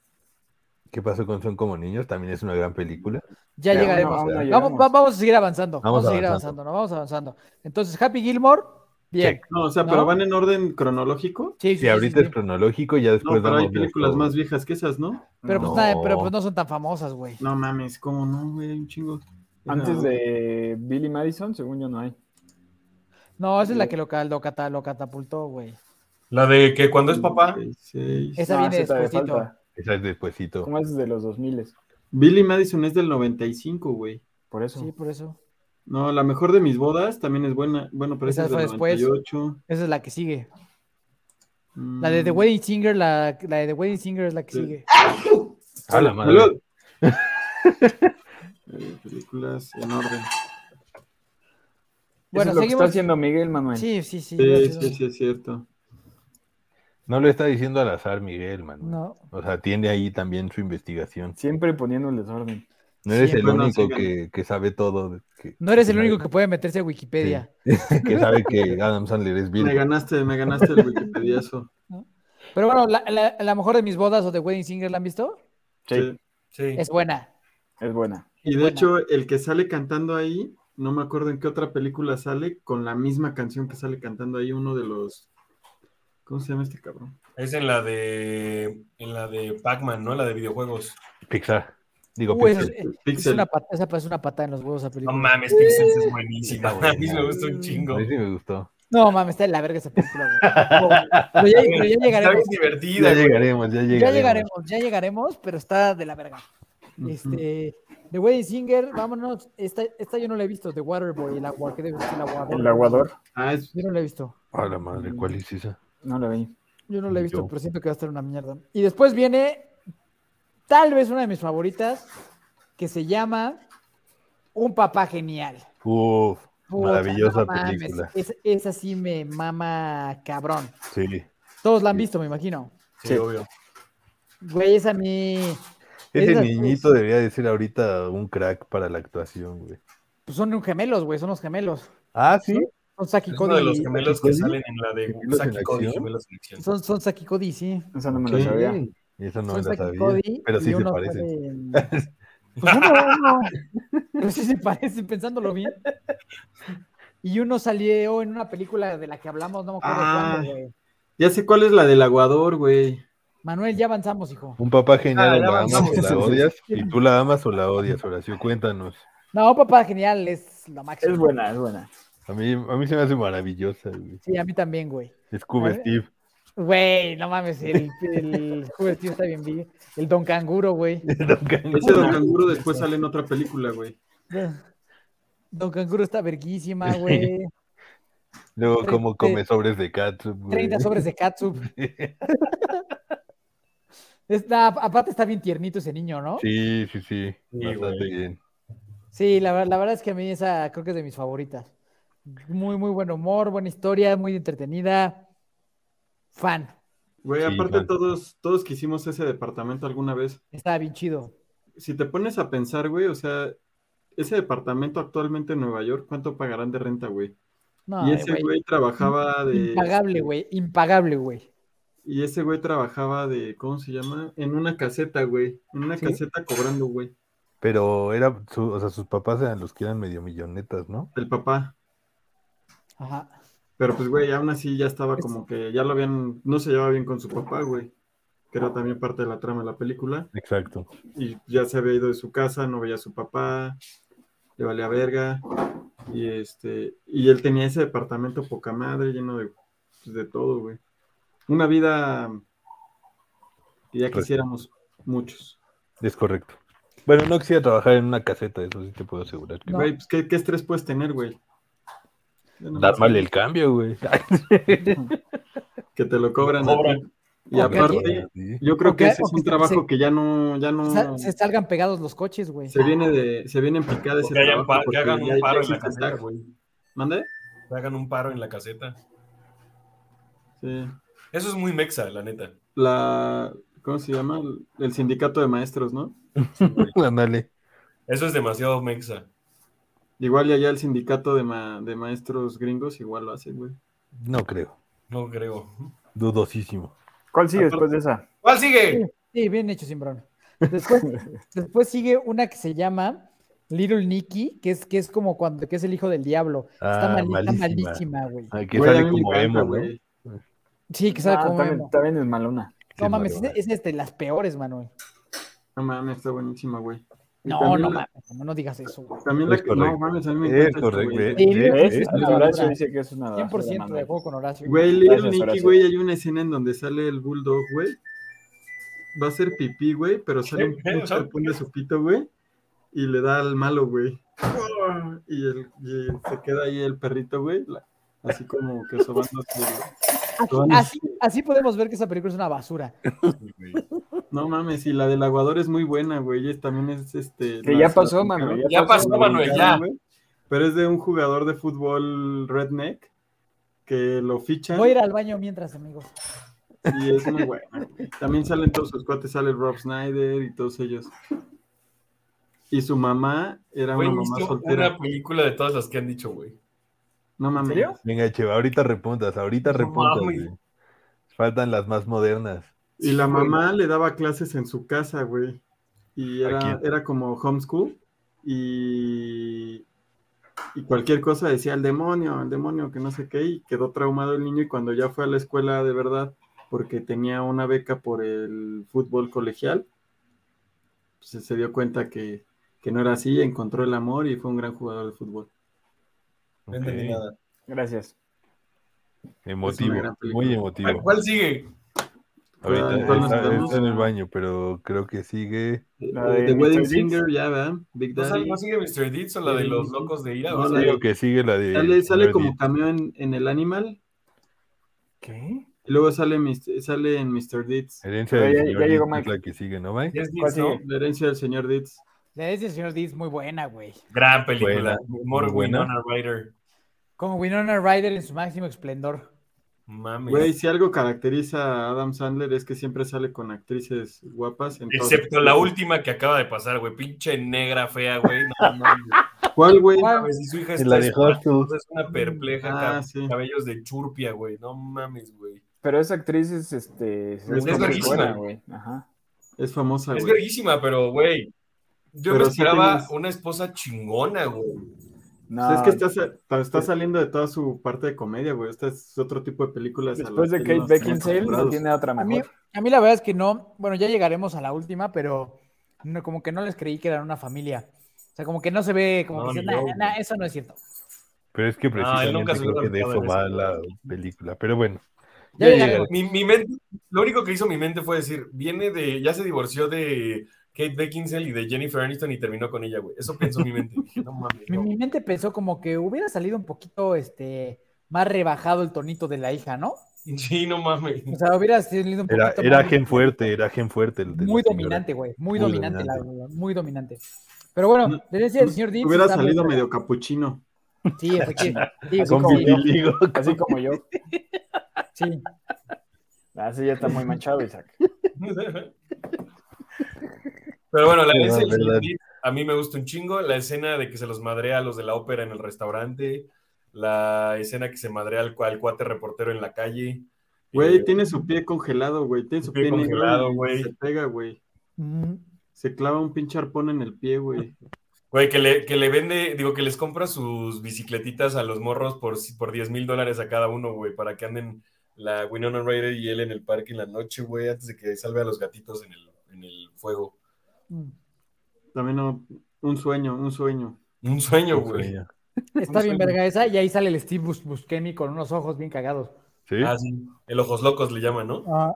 ¿Qué pasó con Son como niños? También es una gran película.
Ya
Ya,
llegaremos.
vamos,
Vamos, va- vamos a seguir avanzando. Vamos,
Vamos
a seguir
avanzando.
avanzando, ¿no? Vamos avanzando. Entonces, Happy Gilmore, bien.
No, o sea,
¿No?
pero van en orden cronológico.
Sí, sí,
Si
sí,
ahorita
sí.
es cronológico, ya
No,
después
pero hay
Pues damos
películas
nuestro-
más viejas que esas, ¿no?
Pero pues,
No.
nada, pero pues no son tan famosas, güey.
No mames, ¿cómo no, güey? Un chingo.
Antes
No.
de Billy Madison, según yo no hay.
No, esa es la que lo, cal- lo cata- lo catapultó, güey.
La de que cuando es papá.
96.
Esa
Ah,
viene
sí, todavía
despuesito.
falta.
Esa es despuesito.
¿Cómo es de los 2000?
Billy Madison es del 95, güey.
Por eso.
Sí, por eso.
No, la mejor de mis bodas también es buena. Bueno, pero esa
Esa
es del
fue después.
98.
Esa es la que sigue.
Mm.
La de The Wedding Singer, la, la de The Wedding Singer es la que
Sí.
sigue.
A la madre.
Salud. Eh, películas en orden.
bueno,
Bueno,
es lo que
seguimos.
está haciendo Miguel Manuel.
Sí, sí, sí. no, sí,
Sí, sí, sí, es cierto.
No lo está diciendo al azar Miguel, man.
No.
O sea, tiene ahí también su investigación.
Siempre poniendo el desorden.
No eres
Siempre
el
nos
único
siguen.
que, que sabe todo. Que,
No eres el único que puede meterse a Wikipedia.
que sabe que Adam Sandler es
Me
virgen.
ganaste, me ganaste el Wikipediazo.
Pero bueno, la, la- la mejor de mis bodas o The Wedding Singer, ¿la han visto?
Sí,
Sí.
Sí.
Es buena.
es buena.
Y de
buena.
hecho, el que sale cantando ahí, no me acuerdo en qué otra película sale, con la misma canción que sale cantando ahí uno de los. ¿Cómo se llama este cabrón?
Es en la de. En la de Pac-Man, ¿no? La de videojuegos.
Pixar. Digo,
Uy, Uh, esa,
Pixar.
Eh, es- es
Pixel.
una pata, esa parece una patada en los huevos a
No
película.
mames, Pixels es
Está
buenísima.
buena.
A mí me gusta un chingo.
A mí sí me gustó.
No mames, está en la verga esa película, güey. No, güey. Pero ya, pero ya
Está bien
llegaremos.
divertida,
Ya
güey.
llegaremos, ya llegaremos.
Ya llegaremos, ya llegaremos, pero está de la verga.
Ujú.
Este, The Wedding Singer, vámonos. Esta, esta yo no la he visto, The Waterboy, el agua, ¿qué debe ser el aguador?
El aguador,
Ah, es.
Yo no la he visto.
A la madre, ¿cuál es esa?
no la vi.
Yo no la he visto,
Yo.
pero siento que va a estar una mierda. Y después viene, tal vez una de mis favoritas, que se llama Un Papá Genial.
Uf,
Puta,
maravillosa
no mames,
película.
es- esa sí me mama cabrón.
Sí.
Todos la han visto, me imagino.
Sí,
Sí.
obvio.
Güey, esa a mí.
Ese
esas,
niñito debería decir ahorita un crack para la actuación, güey.
pues, son gemelos, güey, son los gemelos.
Ah, sí.
Son Saki
Es uno
Cody.
de los gemelos que
Cody?
salen en la de
¿Gemelos en
Saki Cody,
acción?
gemelos en acción.
Son, son Saki Cody, sí.
Esa no me
Ok.
la sabía.
Esa no me
Son
la
Saki
sabía.
Cody.
Pero sí
y
se
uno
parecen.
sale en- Pues uno, uno. Pero sí se parecen, pensándolo bien. Y uno salió en una película de la que hablamos, no me acuerdo
Ah.
cuándo, güey.
Ya sé cuál es la del aguador, güey.
Manuel, ya avanzamos, hijo.
Un papá genial,
Ah,
o
ya
la amas
avanzamos.
o la odias. Y tú la amas o la odias, Horacio. Cuéntanos.
No, papá, genial, es la máxima.
Es buena, es buena.
A mí, a mí se me hace maravillosa, güey.
Sí, a mí también, güey.
Scooby
A ver.
Steve.
Güey, no mames, el, el Hoover Steve está bien vi- El Don Canguro, güey.
Don Canguro.
Ese don canguro después sale en otra película, güey.
Don Canguro está verguísima, güey.
Luego, cómo come
Este,
sobres de catsup, güey.
30 sobres de catsup. Está, aparte está bien tiernito ese niño, ¿no? Sí,
Sí, sí, sí.
Sí,
Bastante
güey.
bien.
la, ver- la verdad es que a mí esa creo que es de mis favoritas. Muy, muy buen humor, buena historia, muy entretenida. Fan,
Güey,
Sí,
aparte
man.
todos, todos que hicimos ese departamento alguna vez.
estaba bien chido.
Si te pones a pensar, güey, o sea, ese departamento actualmente en Nueva York, ¿cuánto pagarán de renta, güey?
No,
y
eh,
ese
güey,
güey, trabajaba de.
impagable, güey, impagable, güey.
Y ese güey trabajaba de, ¿cómo se llama? En una caseta, güey. En una
Sí.
caseta cobrando, güey.
Pero era, su- o sea, sus papás eran los que eran medio millonetas, ¿no?
El papá.
Ajá.
Pero pues, güey, aún así ya estaba
Es-
como que ya lo habían, no se llevaba bien con su papá, güey. Que era también parte de la trama de la película.
Exacto.
Y ya se había ido de su casa, no veía a su papá, le valía verga. Y este, y él tenía ese departamento poca madre, lleno de, pues, de todo, güey. Una vida que ya
Pues-
quisiéramos muchos.
Es correcto. Bueno, no quisiera trabajar en una caseta, eso sí te puedo asegurar. que-
No.
Güey, pues, ¿qué, qué estrés puedes tener, güey? Ya nomás
Dar mal el cambio, güey.
Que te lo cobran. a
Cobran.
ti. Y
Ok,
aparte,
Sí.
yo creo que
Ok,
ese es
ok,
un trabajo
sí.
que ya no, ya
O
no
sea, se salgan pegados los coches, güey.
se viene de, se viene en picada ese
Que hagan
trabajo.
pa- que
porque
hagan
ya-
un
ya
paro en la
existen
caseta,
tacos.
güey.
¿Mande?
Que Hagan un paro en la caseta.
Sí.
Eso es muy mexa, la neta.
La, ¿cómo se llama? El sindicato de maestros, ¿no?
Ándale.
Eso es demasiado mexa.
Igual y allá el sindicato de, ma- de maestros gringos igual lo hace, güey.
No creo.
No creo.
Dudosísimo.
¿Cuál sigue después de esa?
¿Cuál sigue?
Sí, bien hecho, Simbrón. Después, después sigue una que se llama Little Nicky, que es, que es como cuando que es el hijo del diablo. Está
Ah,
malita,
malísima.
malísima, güey.
Aquí
Güey, a mí
sale
me
como
encanta,
emo, ¿no?
güey.
Sí, que sabe
Ah,
como
también,
emo.
también es malona.
No
Sí,
mames, es,
Mario,
es este, las peores, Manuel.
No mames, está buenísima, güey. Y
No,
también
no
la-
mames, no, no digas eso, güey.
También la
Es
que...
correcto.
No mames, a mí me
Es
encanta,
correcto,
güey.
güey.
Sí,
¿Ves?
es
una
Horacio
basura.
dice que es una basura,
100%
Manuel.
de juego con Horacio.
Güey, Little
Gracias,
Nicky,
Horacio.
güey, hay una escena en donde sale el bulldog, güey. Va a ser pipí, güey, pero sale un
¿Qué?
pinche salpón de su pito, güey, y le da al malo, güey. Y, el, y se queda ahí el perrito, güey, la- así como que sobando su...
Así, así podemos ver que esa película es una basura.
No mames, y la del aguador es muy buena, güey, es- también es este...
Que
la-
ya
se
pasó,
la-
Manuel,
ya Ya pasó, pasó, Manuel, ya.
güey, Pero es de un jugador de fútbol redneck que lo fichan.
Voy a ir al baño mientras, amigos.
Y es muy bueno. También salen todos sus cuates, sale Rob Snyder y todos ellos. Y su mamá era
Güey,
una mamá
hizo
soltera.
una película de todas las que han dicho, güey.
No mames.
¿En serio?
Venga, Cheva, ahorita repuntas, ahorita
No
repuntas.
mames.
güey. Faltan las más modernas.
Y la mamá le daba clases en su casa, güey. Y
¿A
era,
quién?
era como homeschool. Y, y cualquier cosa decía el demonio, el demonio, que no sé qué. Y quedó traumado el niño. Y cuando ya fue a la escuela de verdad, porque tenía una beca por el fútbol colegial, pues, se- se dio cuenta que, que no era así. Encontró el amor y fue un gran jugador de fútbol.
No entendí
Ok.
nada.
Gracias.
Emotivo,
Es una gran película.
muy emotivo.
Ah, ¿Cuál sigue?
Ahorita
¿Cuál-
está,
cuál nos quedamos?
está en el baño, pero creo que sigue.
La de Pues
The Wedding
Mr. Deeds.
Singer, ya, ¿verdad? Big
¿No,
Daddy.
sale- no sigue Mr. Deeds o la de los locos de ira?
No,
O sea,
la de-
Creo que sigue la de.
Sale, sale como
Meredith.
cameo en, en el Animal.
¿Qué?
Y luego sale, Mr. sale en Mr. Deeds.
Herencia
Pero
del
ya-
señor
ya llegó
Dick, es
Mike.
la que sigue, ¿no, Mike?
ya es
¿Cuál
Deeds, ¿no?
sigue?
La herencia del señor Deeds.
La de ese señor Diz, muy buena, güey.
Gran película.
Buena,
Humor
muy buena.
Winona Ryder.
Con Winona Ryder en su máximo esplendor.
Mames.
Güey, si algo caracteriza a Adam Sandler es que siempre sale con actrices guapas. en todas
Excepto
sus
la
películas.
última que acaba de pasar, güey. Pinche negra fea, güey. No, mames.
¿Cuál, güey?
¿Cuál?
mames, y su hija
Se la
está
dejó a su-
es una perpleja,
Ah,
cab-
sí.
cabellos de churpia, güey. No mames, güey.
Pero esa actriz es este. según
Es
yo, muy
verguísima.
buena, güey. Ajá.
Es famosa,
Es
Ah, güey.
verguísima, pero, güey. Yo
Pero
me
sí
esperaba
tienes-
una esposa chingona, güey.
O
No, Eh.
sea, es que está, sa- está saliendo de toda su parte de comedia, güey. Este es otro tipo de películas. a
después
las
de
que no
Kate
nos tenemos
Beckinsale, no
acostumbrados.
tiene otra
A mí,
mejor.
a mí la verdad es que no, bueno, ya llegaremos a la última, pero no- como que no les creí que eran una familia. O sea, como que no se ve, como
No,
que
ni
dice, nah,
yo,
nah, nah,
güey".
eso no es cierto.
Pero es que
Ah, él
precisamente
nunca se
creo
hubiera
que de eso
dejado
va
de eso.
la película. Pero bueno,
Ya
ya
llegaremos.
llegaremos.
Mi, mi mente, lo único que hizo mi mente fue decir, viene de, ya se divorció de Kate Beckinsale y de Jennifer Aniston y terminó con ella, güey. Eso pensó mi mente. Dije, no mames,
Mi,
no.
mi mente pensó como que hubiera salido un poquito este más rebajado el tonito de la hija, ¿no?
Sí, no mames.
O sea, hubiera salido un
Era,
poquito
era
más-
gen fuerte, era gen fuerte. el de la
muy
señora.
dominante, güey, muy,
Muy
dominante, la verdad, muy dominante. Pero bueno, le decía el señor Deeds
Hubiera
está muy
salido
buena.
medio capuchino.
Sí, efectivamente. Sí,
Así
sí,
Con
como yo.
vitiligo.
Así como yo.
sí.
Así ya está muy manchado, Isaac.
Pero bueno, la
Perdón,
escena
perdón.
a mí me gusta un chingo. La escena de que se los madrea a los de la ópera en el restaurante. La escena que se madrea al, cua- al cuate reportero en la calle.
Güey,
Eh,
tiene su pie congelado, güey. Tiene su
pie
pie, negro
congelado,
y
güey.
Se pega, güey.
Mm,
Se clava un pinche arpón en el pie, güey.
Güey, que le, que le vende, digo, que les compra sus bicicletitas a los morros por, si- por 10 mil dólares a cada uno, güey, para que anden la Winona Ryder y él en el parque en la noche, güey, antes de que salve a los gatitos en el, en el fuego.
mm.
También no- un sueño, un sueño.
Un sueño, güey.
Sueña.
Está bien
sueño.
verga esa y ahí sale el Steve Bus Buscemi con unos ojos bien cagados.
¿Sí?
Ah, sí. El ojos locos le llaman, ¿no?
Ah,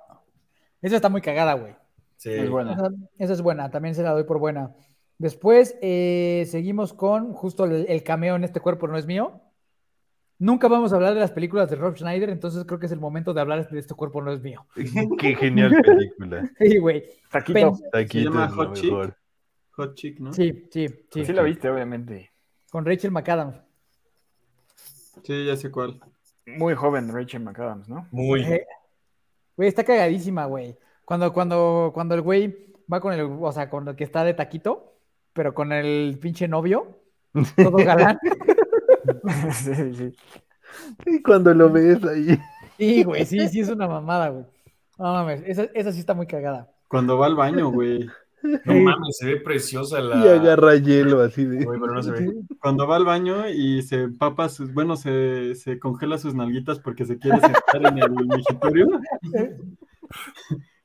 Esa está muy cagada, güey.
Sí.
Es buena.
Esa, esa es buena, también se la doy por buena. Después eh, seguimos con justo el, el cameo en este cuerpo no es mío. Nunca vamos a hablar de las películas de Rob Schneider, entonces creo que es el momento de hablar de este cuerpo no es mío.
Qué genial película.
Sí, güey.
Taquito.
Pen-
Aquí es
llama
lo
Hot Chick.
mejor.
Hot chick, ¿no?
Sí, sí, sí.
Sí la viste, obviamente.
Con Rachel McAdams.
Sí, ya sé cuál.
Muy joven Rachel McAdams, ¿no?
Muy.
Eh, Güey, está cagadísima, güey. Cuando, cuando, cuando el güey va con el, o sea, con el que está de taquito, pero con el pinche novio, todo galán.
sí, sí.
Y cuando lo ves ahí.
Sí, güey, sí, sí, es una mamada, güey. No mames, esa, esa sí está muy cagada.
Cuando va al baño, güey.
No mames, se ve preciosa la.
Y agarra hielo así de.
Güey, pero no se ve.
Cuando va al baño y se empapa sus, bueno, se, se congela sus nalguitas porque se quiere sentar en el migitorio.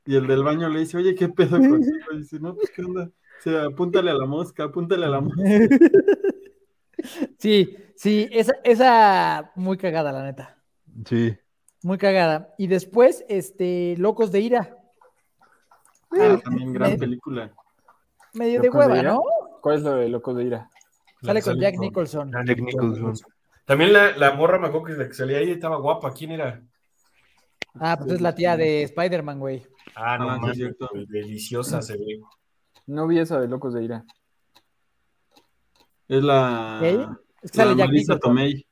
Y el del baño le dice, oye, ¿qué pedo contigo? Y dice, no, pues, ¿qué onda? O sea, apúntale a la mosca, apúntale a la mosca.
Sí, sí, esa, esa muy cagada, la neta.
Sí.
Muy cagada. Y después, este, Locos de Ira.
Ah, también gran película.
Medio de
Locos de
hueva,
Ira.
¿no?
¿Cuál es lo de Locos de Ira?
Sale con Jack Nicholson.
Jack Nicholson.
También la, la morra me acuerdo que la que salía ahí estaba guapa. ¿Quién era?
Ah, pues es la tía de Spider-Man, güey.
Ah, no,
Ah, sí,
mames,
cierto.
güey, deliciosa se ve.
No vi esa de Locos de Ira.
Es la,
¿Eh? Es que
la
sale Jack
Marisa
Nicholson.
Tomei.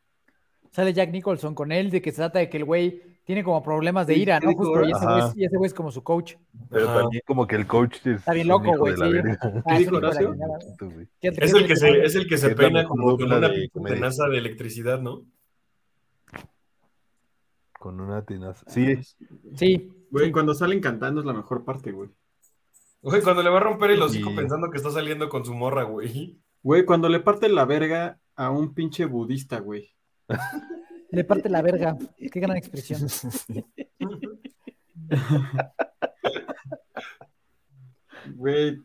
Sale Jack Nicholson con él, de que se trata de que el güey tiene como problemas de
Sí,
ira, ¿no?
sí,
Justo, y ese, güey,
ajá.
es- y ese güey es como su coach.
Pero
Ajá.
también como que el coach es
Está bien
un
loco,
hijo
güey.
de la
sí.
verga.
Ah, es
dijo
un hijo de la
Horacio?
chingada.
Exacto, güey.
¿Qué- qué
Es el
te-
que se, es el que se
Es la
peina
mejor
como con
dupla
una
de
pinche
comedia.
tenaza de electricidad, ¿no?
Con una tenaza. Sí,
Sí,
Güey, cuando salen cantando es la mejor parte, güey.
Güey, cuando le va a romper el hocico
Sí.
pensando que está saliendo con su morra, güey.
Güey, cuando le parte la verga a un pinche budista, güey.
le parte la verga. Qué gran expresión.
Güey,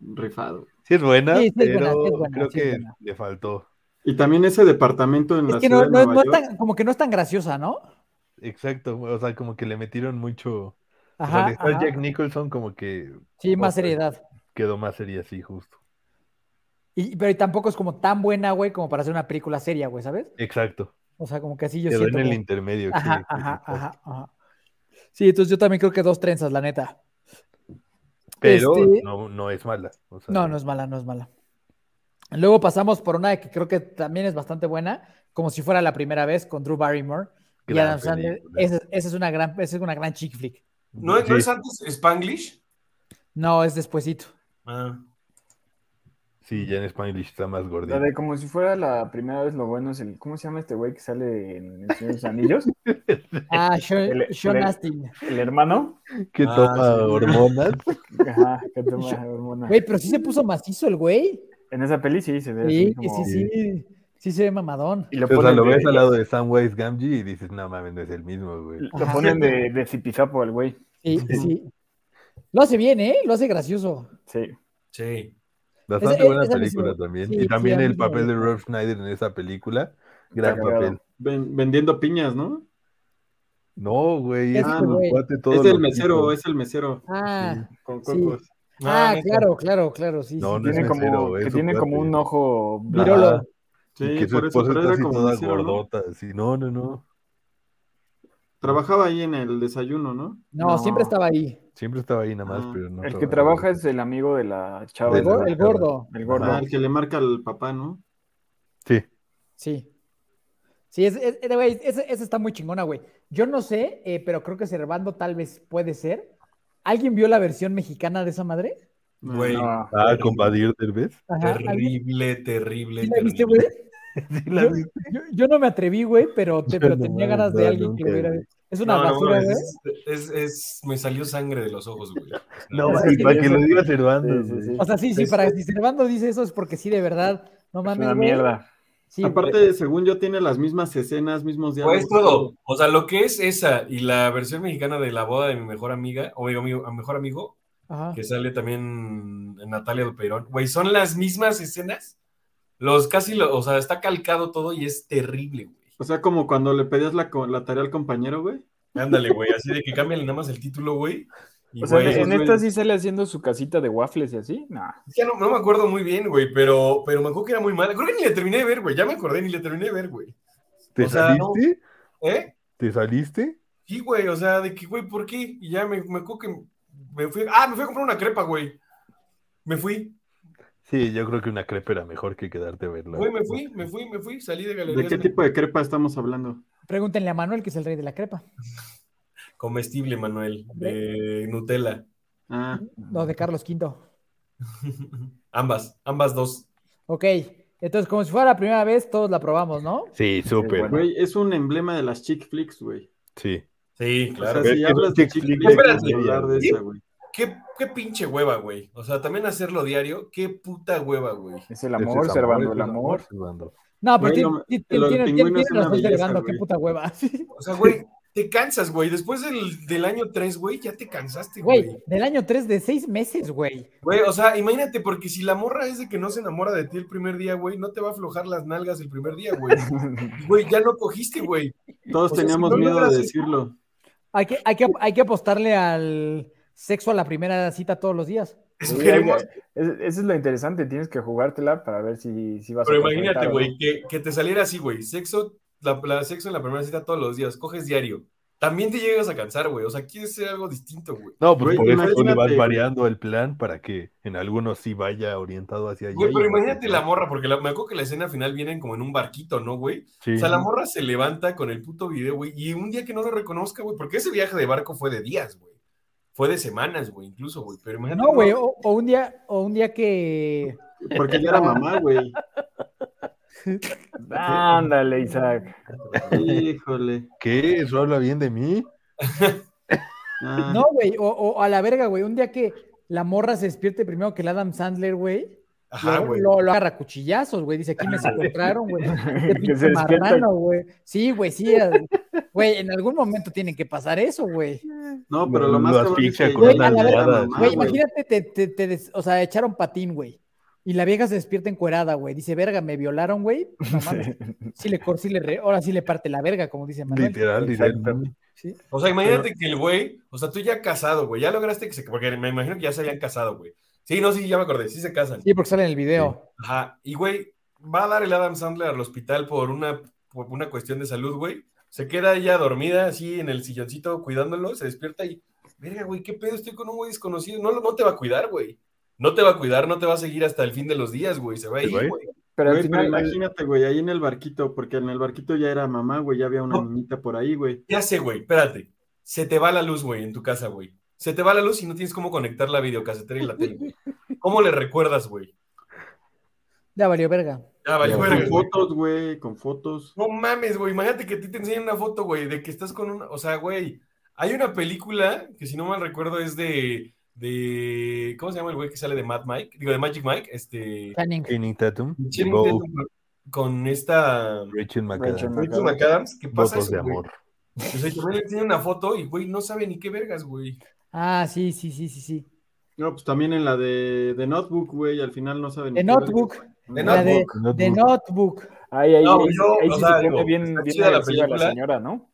rifado.
sí es buena,
Sí, sí es buena,
pero
sí es buena,
creo
sí es
que
buena.
le faltó.
Y también ese departamento en
Es
la
que
ciudad
no,
de
no,
Nueva
no es
York.
tan, como que no es tan graciosa, ¿no?
Exacto, o sea, como que le metieron mucho. o sea,
Ajá.
al estar
ajá.
Jack Nicholson como que
Sí, más
Otra.
seriedad.
quedó más seria así justo.
Y, pero tampoco es como tan buena, güey, como para hacer una película seria, güey, ¿sabes?
Exacto,
O sea, como que así yo
quedó en
siento.
el
como-
intermedio. sí,
Ajá,
sí,
ajá,
sí.
ajá, ajá. Sí, entonces yo también creo que dos trenzas, la neta.
Pero
Este-
no, no es mala. o sea,
No, no es mala, no es mala. Luego pasamos por una que creo que también es bastante buena, como si fuera la primera vez con Drew Barrymore y
gran
Adam Sandler.
película.
Esa, esa es una gran, esa es una gran chick flick.
¿No, es-
Sí.
¿no es antes Spanglish?
No, es despuesito.
Ah.
Sí, ya en Spanglish está más
La
gordita.
de como si fuera la primera vez lo bueno es el. ¿Cómo se llama este güey que sale en El Señor de los Anillos?
Ah, Sean,
El-
Sean
el-
Astin.
El hermano.
Que
Ah,
toma
sí.
hormonas.
Ajá, que toma hormona.
Güey, pero sí se puso macizo el güey.
En esa peli sí se ve
Sí,
así como.
sí, sí. Sí se ve mamadón.
Y lo
o sea,
ponen,
lo ves
de,
al lado de Samwise Gamgee y dices, no mames, no es el mismo, güey.
lo
Ajá.
ponen de, de zipizapo al güey.
Sí, sí. Lo hace bien, ¿eh? Lo hace gracioso.
Sí.
Sí.
Bastante
Esa-
buena
esa me
película
hizo-
también.
sí,
y
sí,
también
a mí
el
sí me
papel de
gustó.
Rob Schneider en esa película. Gran
cagado.
papel.
Ven- vendiendo piñas, ¿no?
No, güey, es
Este
como
güey.
cuate todo
es el
loquito.
mesero, es el mesero
Ah,
con
Sí.
cocos.
ah,
neta.
claro, claro, claro, sí.
No,
sí.
no es
Tiene como,
mesero, es
que
su
tiene como
cuate.
un ojo
Ajá.
blanco.
Virolo.
Sí,
y que su
por eso,
esposa
pero
está
era
así
como
toda
mesero, ¿no?
gordota. así, no, no, no.
Trabajaba ahí en el desayuno, ¿no?
No,
No.
siempre estaba ahí.
Siempre estaba ahí nada más,
Ah,
pero no.
El que trabaja es el amigo de la chava.
Del
El,
Pues ¿no?
gor- el gordo,
El gordo.
Ah, el que le marca al papá, ¿no?
Sí,
sí. Sí, es, es- es- güey, esa- esa está muy chingona, güey. Yo no sé, eh, pero creo que Cervando tal vez puede ser. ¿Alguien vio la versión mexicana de esa madre?
Güey.
No.
ah, con Badir Derbez.
Ajá, ¿alguien?
Terrible, terrible,
¿Sí la viste,
terrible.
güey?
Sí, la
Yo,
vi.
yo- yo no me atreví, güey, pero, te-
Yo
pero
no
tenía
mames,
ganas de
no,
alguien que lo
nunca,
hubiera
güey.
visto. Es una basura, ¿eh?
mames,
güey.
es, es, es- me salió sangre de los ojos, güey.
No,
Es
y
que
para
yo
que
sé-
lo diga Cervantes.
Sí, sí,
güey.
sí.
O sea, sí, sí,
Es-
para si Cervando dice eso es porque sí, de verdad. No
Es
mames,
una
güey.
mierda.
Sí, güey.
Aparte, según yo, tiene las mismas escenas, mismos
Güey,
diálogos.
es Pues, todo. O sea, lo que es esa y la versión mexicana de la boda de mi mejor amiga, o mi amigo, a mejor amigo,
Ajá.
que sale también Natalia Lopeirón. Güey, son las mismas escenas. Los casi, lo- o sea, está calcado todo y es terrible, güey.
O sea, como cuando le pedías la, co- la tarea al compañero, güey.
Ándale, güey, así de que cambian nada más el título, güey. Y,
O sea,
güey,
en
esos
esta
güeyes.
sí sale haciendo su casita de waffles y así. Nah.
ya no, no me acuerdo muy bien, güey, pero, pero me acuerdo que era muy mala. Creo que ni le terminé de ver, güey. Ya me acordé, ni le terminé de ver, güey.
¿Te
O sea, no.
saliste?
¿Eh?
¿Te saliste?
Sí, güey, o sea, de que, güey, ¿por qué? Y ya me, me acuerdo que me fui. Ah, me fui a comprar una crepa, güey. Me fui,
Sí, yo creo que una crepa era mejor que quedarte a verla.
güey, me fui, me fui, me fui, salí de galerías.
¿De qué tipo de crepa estamos hablando?
Pregúntenle a Manuel, que es el rey de la crepa.
comestible, Manuel, de Nutella.
Ah,
No, de Carlos V.
ambas, ambas dos.
Ok, entonces como si fuera la primera vez, todos la probamos, ¿no?
Sí, súper.
bueno.
güey, es un emblema de las chick flicks, güey.
Sí.
Sí, claro.
O sea, si
Es que
hablas
los
de
chick
chick
flicks-
flicks,
Espérate.
tienes que hablar de esa, güey.
¿Qué, qué pinche hueva, güey. O sea, también hacerlo diario, qué puta hueva, güey.
Es el
Ese
amor,
es
Servando,
ese
el
es
amor.
Servando.
No, pero
Güey,
tiene,
no,
tiene,
lo del
tiene-
pingüino
tiene
es una
razón
belleza,
Servando,
güey.
qué puta hueva.
O sea, güey, te cansas, güey. Después del, del año 3, güey, ya te cansaste,
Güey,
güey.
del año 3 de 6 meses, güey.
Güey, o sea, imagínate, porque si la morra es de que no se enamora de ti el primer día, güey, no te va a aflojar las nalgas el primer día, güey. Güey, ya no cogiste, güey.
Todos
O sea, si
teníamos
no
miedo
logras-
de decirlo.
Hay que, hay, que, hay que apostarle al sexo a la primera cita todos los días.
Eso
Sí,
queremos.
es- Eso es lo interesante, tienes que jugártela para ver si, si vas
Pero
a concretar
imagínate,
o no.
güey, que, que te saliera así, güey. Sexo, la, la- sexo en la primera cita todos los días, coges diario. También te llegas a cansar, güey. O sea, quieres ser algo distinto, güey.
No, pues
Güey,
por eso tú le vas
imagínate.
variando el plan para que en algunos sí vaya orientado hacia allá.
Güey,
y
pero
en otros
imagínate
no.
la morra, porque la- me acuerdo que la escena final vienen como en un barquito, ¿no, güey?
Sí.
O sea, la morra se levanta con el puto video, güey, y un día que no lo reconozca, güey, porque ese viaje de barco fue de días, güey. Fue de semanas, güey, incluso, güey. Pero imagínate.
No, güey, o, o un día, o un día que.
Porque ya era mamá, güey.
Ándale, Isaac.
Híjole.
¿Qué? ¿Eso habla bien de mí?
Ah,
No, güey, o, o a la verga, güey. Un día que la morra se despierte primero que el Adam Sandler, güey.
Ajá,
lo,
güey.
lo, lo agarra a cuchillazos, güey. Dice, aquí me secuestraron, güey. Qué
Que se
pinche
despierta.
marrano, güey. Sí, güey, sí. a- Güey, en algún momento tienen que pasar eso, güey.
No, pero lo
Lo
más cabrón es
asfixia
que
con
ya
una
era
almohada,
mamá,
Ah,
Güey,
güey.
imagínate, te, te, te des- o sea, echaron patín, güey. Y la vieja se despierta encuerada, güey. Dice, verga, me violaron, güey. No mames. Sí le, cor- sí le re- ahora sí le parte la verga, como dice Manuel.
Literal,
Exacto.
literal.
Sí.
O sea, imagínate que el güey, o sea, tú ya casado, güey, ya lograste que se. Porque me imagino que ya se habían casado, güey. Sí, no, sí, ya me acordé, sí se casan.
Sí, porque sale en el video.
Ajá. Y, güey, va a dar el Adam Sandler al hospital por una, por una cuestión de salud, güey. Se queda ella dormida así en el silloncito cuidándolo, se despierta y, verga, güey, ¿qué pedo? Estoy con un güey desconocido. No, lo- no te va a cuidar, güey. No te va a cuidar, no te va a seguir hasta el fin de los días, güey. Se va a
¿Se
ir,
va a ir?
güey.
Pero al
Güey, pero
final,
imagínate, güey, ahí en el barquito, porque en el barquito ya era mamá, güey, ya había una
No.
niñita por ahí, güey.
Ya sé, güey, espérate. Se te va la luz, güey, en tu casa, güey. Se te va la luz y no tienes cómo conectar la videocasetera y la tele. güey. ¿Cómo le recuerdas, güey?
Ya valió verga.
Ya, vale,
Ya,
güey.
Con fotos, güey, con fotos.
No mames, güey. Imagínate que a ti te enseñan una foto, güey, de que estás con una. O sea, güey, hay una película que, si no mal recuerdo, es de. de ¿Cómo se llama el güey que sale de Mad Mike? Digo, de Magic Mike. Este.
Channing.
Channing Tatum.
Channing
Bo-
Tatum con esta.
Rachel
Rachel McAdams.
Rachel McAdams. ¿Qué pasa?
Votos
eso,
de
güey?
amor.
O sea, también le enseñan una foto y, güey, no sabe ni qué vergas, güey.
Ah, sí, sí, sí, sí, sí.
No, pues también en la de, de Notebook, güey, al final no saben.
The Notebook.
De
La de,
Notebook.
Notebook.
The Notebook.
ahí, ahí,
No,
ahí,
yo,
ahí
o
sí
sea,
se pone
digo,
bien,
está
bien
chida la
agresiva la
película.
señora, ¿no?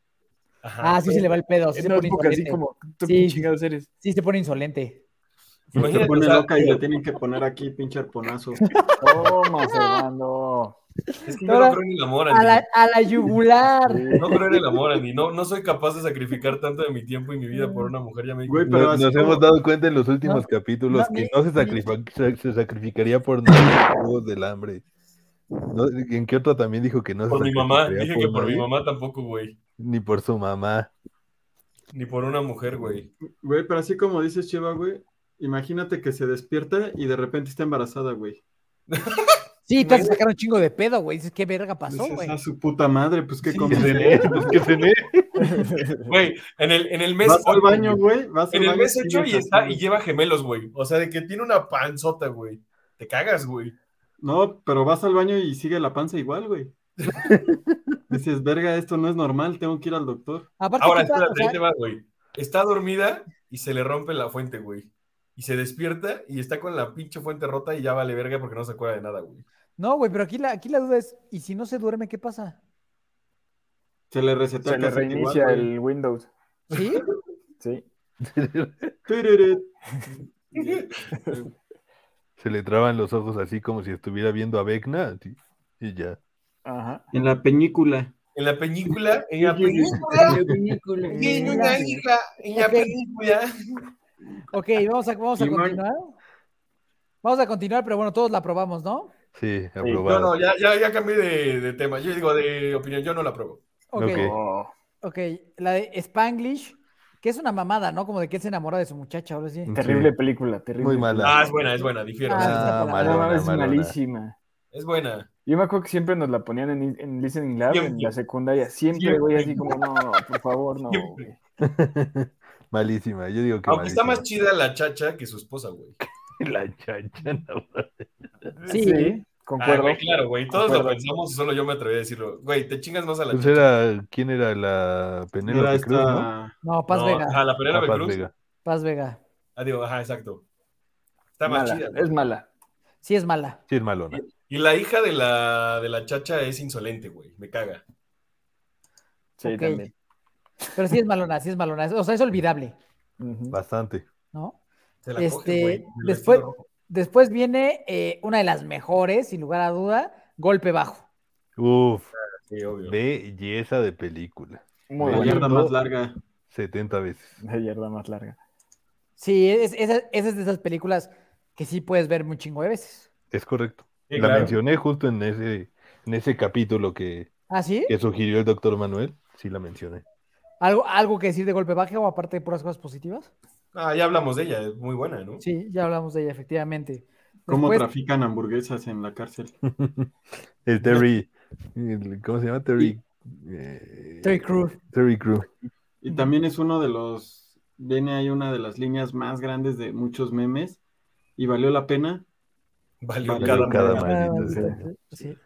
Ajá.
Ah, sí se le va el pedo. Sí,
Es
se pone
notebook así
insolente.
como, ¿tú
Sí.
qué chingados eres?
Sí se pone insolente.
Se
Imagínate,
pone
o sea,
loca y le tienen que poner aquí pinche arponazo.
Toma, Servando.
es que yo no creo en el amor,
A
Andy.
la, a la yugular.
Sí.
No creo en el amor, Andy. No, no soy capaz de sacrificar tanto de mi tiempo y mi vida por una mujer. Ya me di
Güey, pero
Nos,
así
nos
como-
hemos dado cuenta en los últimos
No,
capítulos
no,
que
ni-
no se, sacrifica- se sacrificaría por nada los juegos del hambre. No, en Kioto también dijo que no se
Por mi mamá,
sacrificaría
dije que por
¿eh?
mi
nadie,
mamá tampoco, güey.
Ni por su mamá.
Ni por una mujer, güey.
Güey, pero así como dices, Cheva, güey, imagínate que se despierta y de repente está embarazada, güey.
Sí, te hace sacar un chingo de pedo, güey. Dices, ¿qué verga pasó,
Dices,
güey?
"A su puta madre, pues qué
Sí,
comes?
de-
pues, que se ve.
Güey, en el, en el mes
Vas al
ocho,
baño, güey, vas al
En el
baño,
mes
sí,
8 y,
vas
está,
al-
y lleva gemelos, güey. O sea, de que tiene una panzota, güey. Te cagas, güey.
No, pero vas al baño y sigue la panza igual, güey. Dices, verga, esto no es normal, tengo que ir al doctor.
Aparte,
"Ah, Ahora,
¿qué eh? tal?
espérate,
O sea,
ahí te va, güey. Está dormida y se le rompe la fuente, güey. Y se despierta y está con la pinche fuente rota y ya vale verga porque no se acuerda de nada, güey.
No, güey, pero aquí la, aquí la duda es, ¿y si no se duerme, qué pasa?
Se le resetea
Se le
casi igual,
reinicia
güey.
el Windows.
¿Sí?
Sí.
Tururut.
Se le traban los ojos así como si estuviera viendo a Vecna. así, Y ya.
Ajá.
En la película.
En la película, en la
Sí, sí, sí.
película, en una
Ok,
isla, en la
Ok.
película.
vamos a, vamos a
Simón.
continuar. Vamos a continuar, pero bueno, todos la probamos, ¿no?
Sí,
No,
aprobado.
no, ya, ya, ya cambié de, de tema. Yo digo de opinión, yo no la apruebo.
Ok,
Ok.
Oh.
ok. La de Spanglish, Que es una mamada, ¿no? Como de que él se enamora de su muchacha, ahora sí.
Terrible película, terrible.
Muy mala.
Ah, es buena, es buena, difiero.
Ah,
sí,
Ah,
es
No,
malona,
es
malona.
malísima.
Es buena.
Yo me acuerdo que siempre nos la ponían en, en Listening Lab, en
Siempre.
la secundaria. Siempre,
Siempre.
güey, así como, no, por favor, no.
Siempre.
güey.
Malísima, yo digo que
Aunque está
malísima.
más chida la chacha que su esposa, güey.
La chacha, no.
Sí.
Ah,
concuerdo.
güey, claro, güey. Todos lo
Concuerdo.
pensamos y solo yo me atreví a decirlo. Güey, te chingas más a la
Pues
chacha.
era, ¿quién era la Penélope
Era
Cruz, no?
esta.
No, Paz
No,
Vega.
ajá, la
Ah,
Penélope
Paz
Cruz.
Vega.
Paz Vega.
Ah, digo, ajá, exacto. Está más
Mala,
chida. güey.
es mala.
Sí, es mala.
Sí, es malona.
Y la hija de la, de la chacha es insolente, güey. Me caga.
Sí,
Ok.
también.
Pero sí es malona, sí es malona. O sea, es olvidable,
Ujú.
Bastante.
¿no?
Se la
Este,
coge, güey. en el
después-
vestido rojo.
Después viene eh, una de las mejores, sin lugar a duda, golpe bajo.
Uf,
Sí, obvio.
belleza de película.
Muy
La
Bueno,
yarda
buena.
más larga.
70 veces.
La yarda más larga.
Sí, es, esa, esa es de esas películas que sí puedes ver un chingo de veces.
Es correcto.
Sí,
La
claro.
mencioné justo en ese, en ese capítulo que,
¿Ah, sí?
que sugirió el doctor Manuel. Sí, la mencioné.
¿Algo, ¿Algo que decir de golpe bajo o aparte de puras cosas positivas?
Ah, ya hablamos de ella, es muy buena, ¿no?
Sí, ya hablamos de ella, efectivamente.
¿Cómo
Después-
trafican hamburguesas en la cárcel?
El Terry. el- ¿Cómo se llama? Terry. eh,
Terry Crews.
Terry Crew.
Y también es uno de los, viene ahí una de las líneas más grandes de muchos memes. Y valió la pena.
Valió
Valió
cada
cada
madre.
madre. maldita
Ah,
sea.
sí.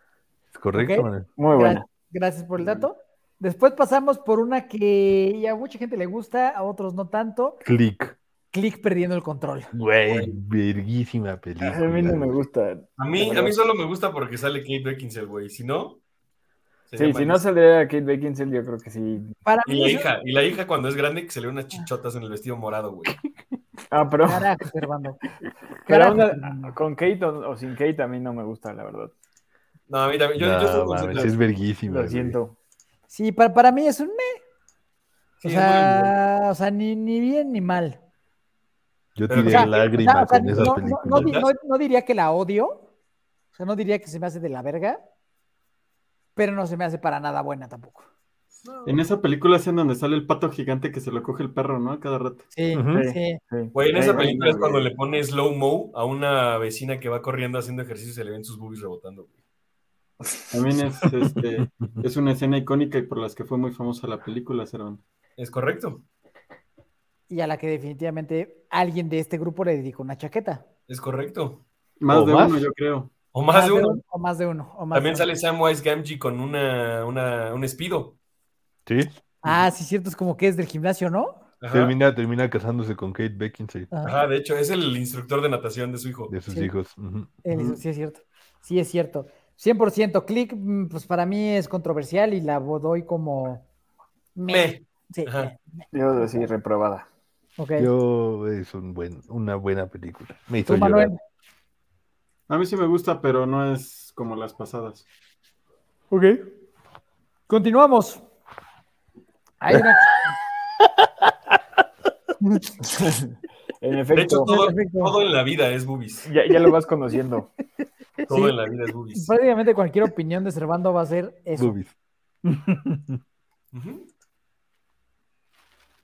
¿Es correcto,
Ok.
Manuel?
Muy buena.
Gracias por el dato. Después pasamos por una que ya a mucha gente le gusta, a otros no tanto.
Click.
Click perdiendo el control.
Güey, verguísima película.
A mí no me
güey.
gusta.
A mí, a mí solo me gusta porque sale Kate Beckinsale, güey. Si no. se
Sí,
llama-
si no saliera Kate Beckinsale, yo creo que sí.
Para
Y
mí,
la
es-
hija, y la hija cuando es grande que se le ven unas chichotas en el vestido morado, güey.
Ah,
Carajo,
pero,
Servando.
pero aún
carajo.
con Kate o, o sin Kate a mí no me gusta, la verdad.
No, a mí también. Yo,
No,
yo soy
mames,
concepto-
sí es verguísima.
Lo
güey.
siento.
Sí, para, para mí es un me. o
sí, es muy-
sea, o sea, ni, ni bien ni mal.
Yo
Pero-
tiré
o sea,
lágrimas
O sea,
en
no-
esas
no, no-
películas.
no di- no- no diría que la odio. O sea, no diría que se me hace de la verga. Pero no se me hace para nada buena tampoco.
En esa película es en donde sale el pato gigante que se lo coge el perro, ¿no? A cada rato.
Sí,
Ujú.
sí.
Sí.
Güey, en
Sí,
esa
güey,
película es
no,
cuando
güey.
le pone slow-mo a una vecina que va corriendo haciendo ejercicio y se le ven sus boobies rebotando, güey.
También es, este, es una escena icónica y por las que fue muy famosa la película, Cerón.
Es correcto,
Y a la que definitivamente alguien de este grupo le dedicó una chaqueta.
es correcto.
Más
¿O
de
más?
uno, yo creo.
O más de uno.
O más de uno. o más
También
de uno.
sale Samwise Gamgee con una, una, un espido.
Sí,
este.
Ah, sí, cierto, es como que es del gimnasio, ¿no? Ah,
Ajá.
termina, termina casándose con Kate Beckinsale
Ajá.
Ajá, de hecho, es el instructor de natación de su hijo.
de sus
Sí.
hijos. Ujú.
Él hizo- sí, es cierto. Sí, es cierto. 100% click, mm, pues para mí es controversial y la bo- doy como. me.
Me.
Sí,
Ajá.
me.
Yo sí, reprobada.
ok. Pues,
Yo es un buen, una buena película. Me hizo
Tú,
llorar.
Manuel.
A mí sí me gusta, pero no es como las pasadas.
Ok. Continuamos. Hay una.
En
De hecho,
efecto,
todo,
perfecto.
todo en la vida es boobies.
ya, ya lo vas conociendo.
Todo
Sí.
en la vida es boobies.
Prácticamente cualquier opinión de Servando va a ser eso.
Boobies.
Ujú.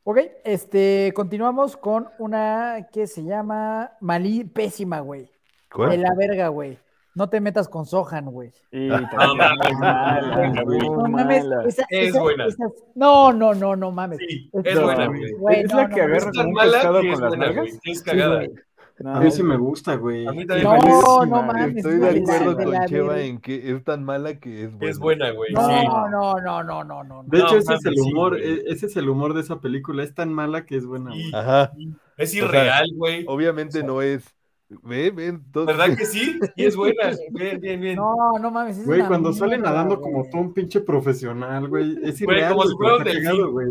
Ok, este, continuamos con una que se llama Malí Pésima, güey.
¿Cuál?
De la verga, güey. No te metas con Sohan, güey.
Y
Ah, No mames,
mala,
güey.
muy
No mames, pues,
mala.
esa-
Es
esa-
buena.
esa- no, no, no, no mames.
Sí,
Es-
es
No,
buena,
güey.
güey.
Güey,
es
no,
la
no,
que
no,
agarra
Es tan
como un
mala
pescado
que es
con las
buena, güey.
nalgas.
Es
Sí,
cagada.
güey.
No,
A mí sí me gusta, güey.
A mí
Es
también me
malísima,
parece
No, no
güey.
mames.
Estoy
no,
de
la
acuerdo
de
con
la
Cheva
verga.
en que es tan mala que es
que
buena.
es buena, güey.
No,
sí.
no, no, no, no, no.
De
no.
hecho,
No,
ese es el
mames, sí,
humor,
güey.
e- ese es el humor de esa película. Es tan mala que es buena, güey.
Y-
Ajá.
Es
sea,
irreal, güey.
Obviamente no es. Ve, ve, entonces-
¿Verdad que sí? Y es buena. Bien, bien, bien.
No, no mames. es
Güey,
una
cuando sale
mierda,
nadando
güey.
como todo un pinche profesional, güey. Es
Güey,
irreal,
como si fuera un
pero está
delfín.
cagado, güey.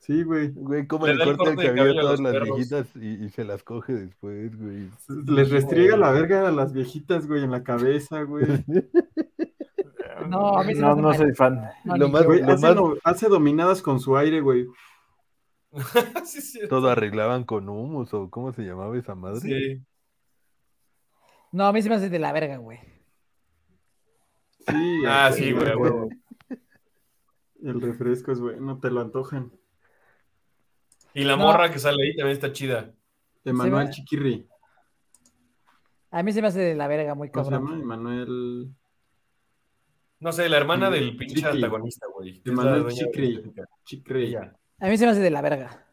Sí, güey.
Güey, como
Le
le
da el
corta el
corte de
cabello a
cabello a
todas
los
las
perros.
viejitas y, y se las coge después, güey.
Les restriega la verga a las viejitas, güey, en la cabeza, güey.
No, a mí se me
no,
hace
no
mal.
soy fan.
No,
Lo
ni
más-
yo,
Güey,
lo
hace,
más-
no- hace dominadas con su aire, güey.
Sí, sí.
Todo arreglaban con humus o cómo se llamaba esa madre.
Sí.
No, a mí se me hace de la verga, güey.
Sí,
Ah,
el-
sí, güey, a huevo.
El refresco es bueno, te lo antojan.
Y la
No.
morra que sale ahí también está chida.
Emanuel
va-
Chiquirri.
A mí se me hace de la verga muy
¿Cómo se llama?
cabrón.
Emanuel.
No sé, la hermana del pinche
Chiqui.
antagonista, güey. que es la
Emanuel
dueña de la
Chiqui.
biblioteca.
Chiquirri.
Ella.
A mí se me hace de la verga.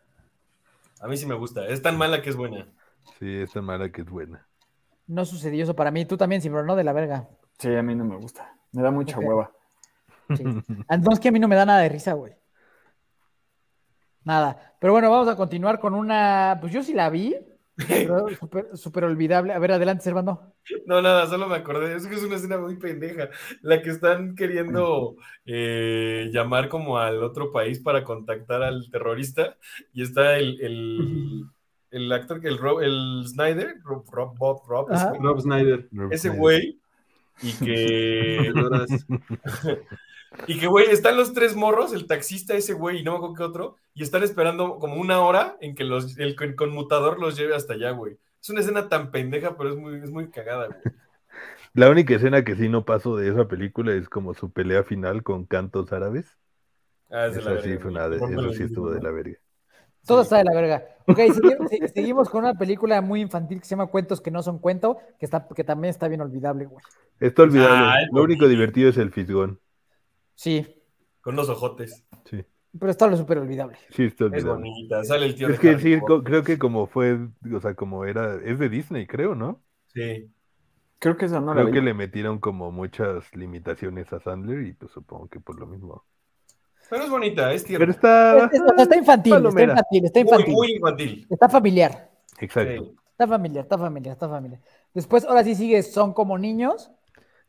A mí sí me gusta. Es tan mala que es buena.
Sí, esta mala que es buena.
No sucedió eso para mí. Tú también, Simbrón, ¿no? De la verga.
Sí, a mí no me gusta. Me da mucha
Ok.
hueva.
Sí. Entonces que a mí no me da nada de risa, güey. Nada. Pero bueno, vamos a continuar con una. Pues yo sí la vi. pero súper- Súper olvidable. A ver, adelante, Servando.
No, nada, solo me acordé. Es que es una escena muy pendeja. La que están queriendo eh, llamar como al otro país para contactar al terrorista. Y está el, el, el actor que el, Ro- el Snyder, Rob, Rob, Bob, Rob,
Ajá.
ese güey.
Rob Snyder.
ese güey. Y que,
Horas.
y que, güey, están los tres morros, el taxista, ese güey, y no me acuerdo qué otro, y están esperando como una hora en que los, el, con- conmutador los lleve hasta allá, güey. Es una escena tan pendeja, pero es muy, es muy cagada, güey.
La única escena que sí no paso de esa película es como su pelea final con cantos árabes.
Ah, es de la
Esa sí
verga,
fue
güey.
una de,
Rompe
eso
los
sí estuvo de
vidrios,
la verga.
Todo
Sí.
está de la verga. Ok, seguimos, se- seguimos con una película muy infantil que se llama Cuentos que no son cuento, que, está, que también está bien olvidable, güey.
Está olvidable.
Ay,
Lo único divertido es el fisgón.
Sí,
Con los ojotes.
Sí,
pero está lo súper olvidable.
sí está
Es
olvidable.
bonita. Sale el tío
Es
de
que
Harry
sí,
Potter.
co- creo que como fue, o sea, como era, es de Disney, creo, ¿no?
Sí.
Creo que esa no la
Creo
vi.
que le metieron como muchas limitaciones a Sandler y pues supongo que por lo mismo.
Pero es bonita, es
Pero
tierna.
está...
Es- es- está infantil, está
palomera.
infantil, está
muy,
infantil.
muy infantil.
Está familiar.
Exacto.
Sí.
Está familiar, está familiar, está familiar. Después, ahora sí sigue Son como niños.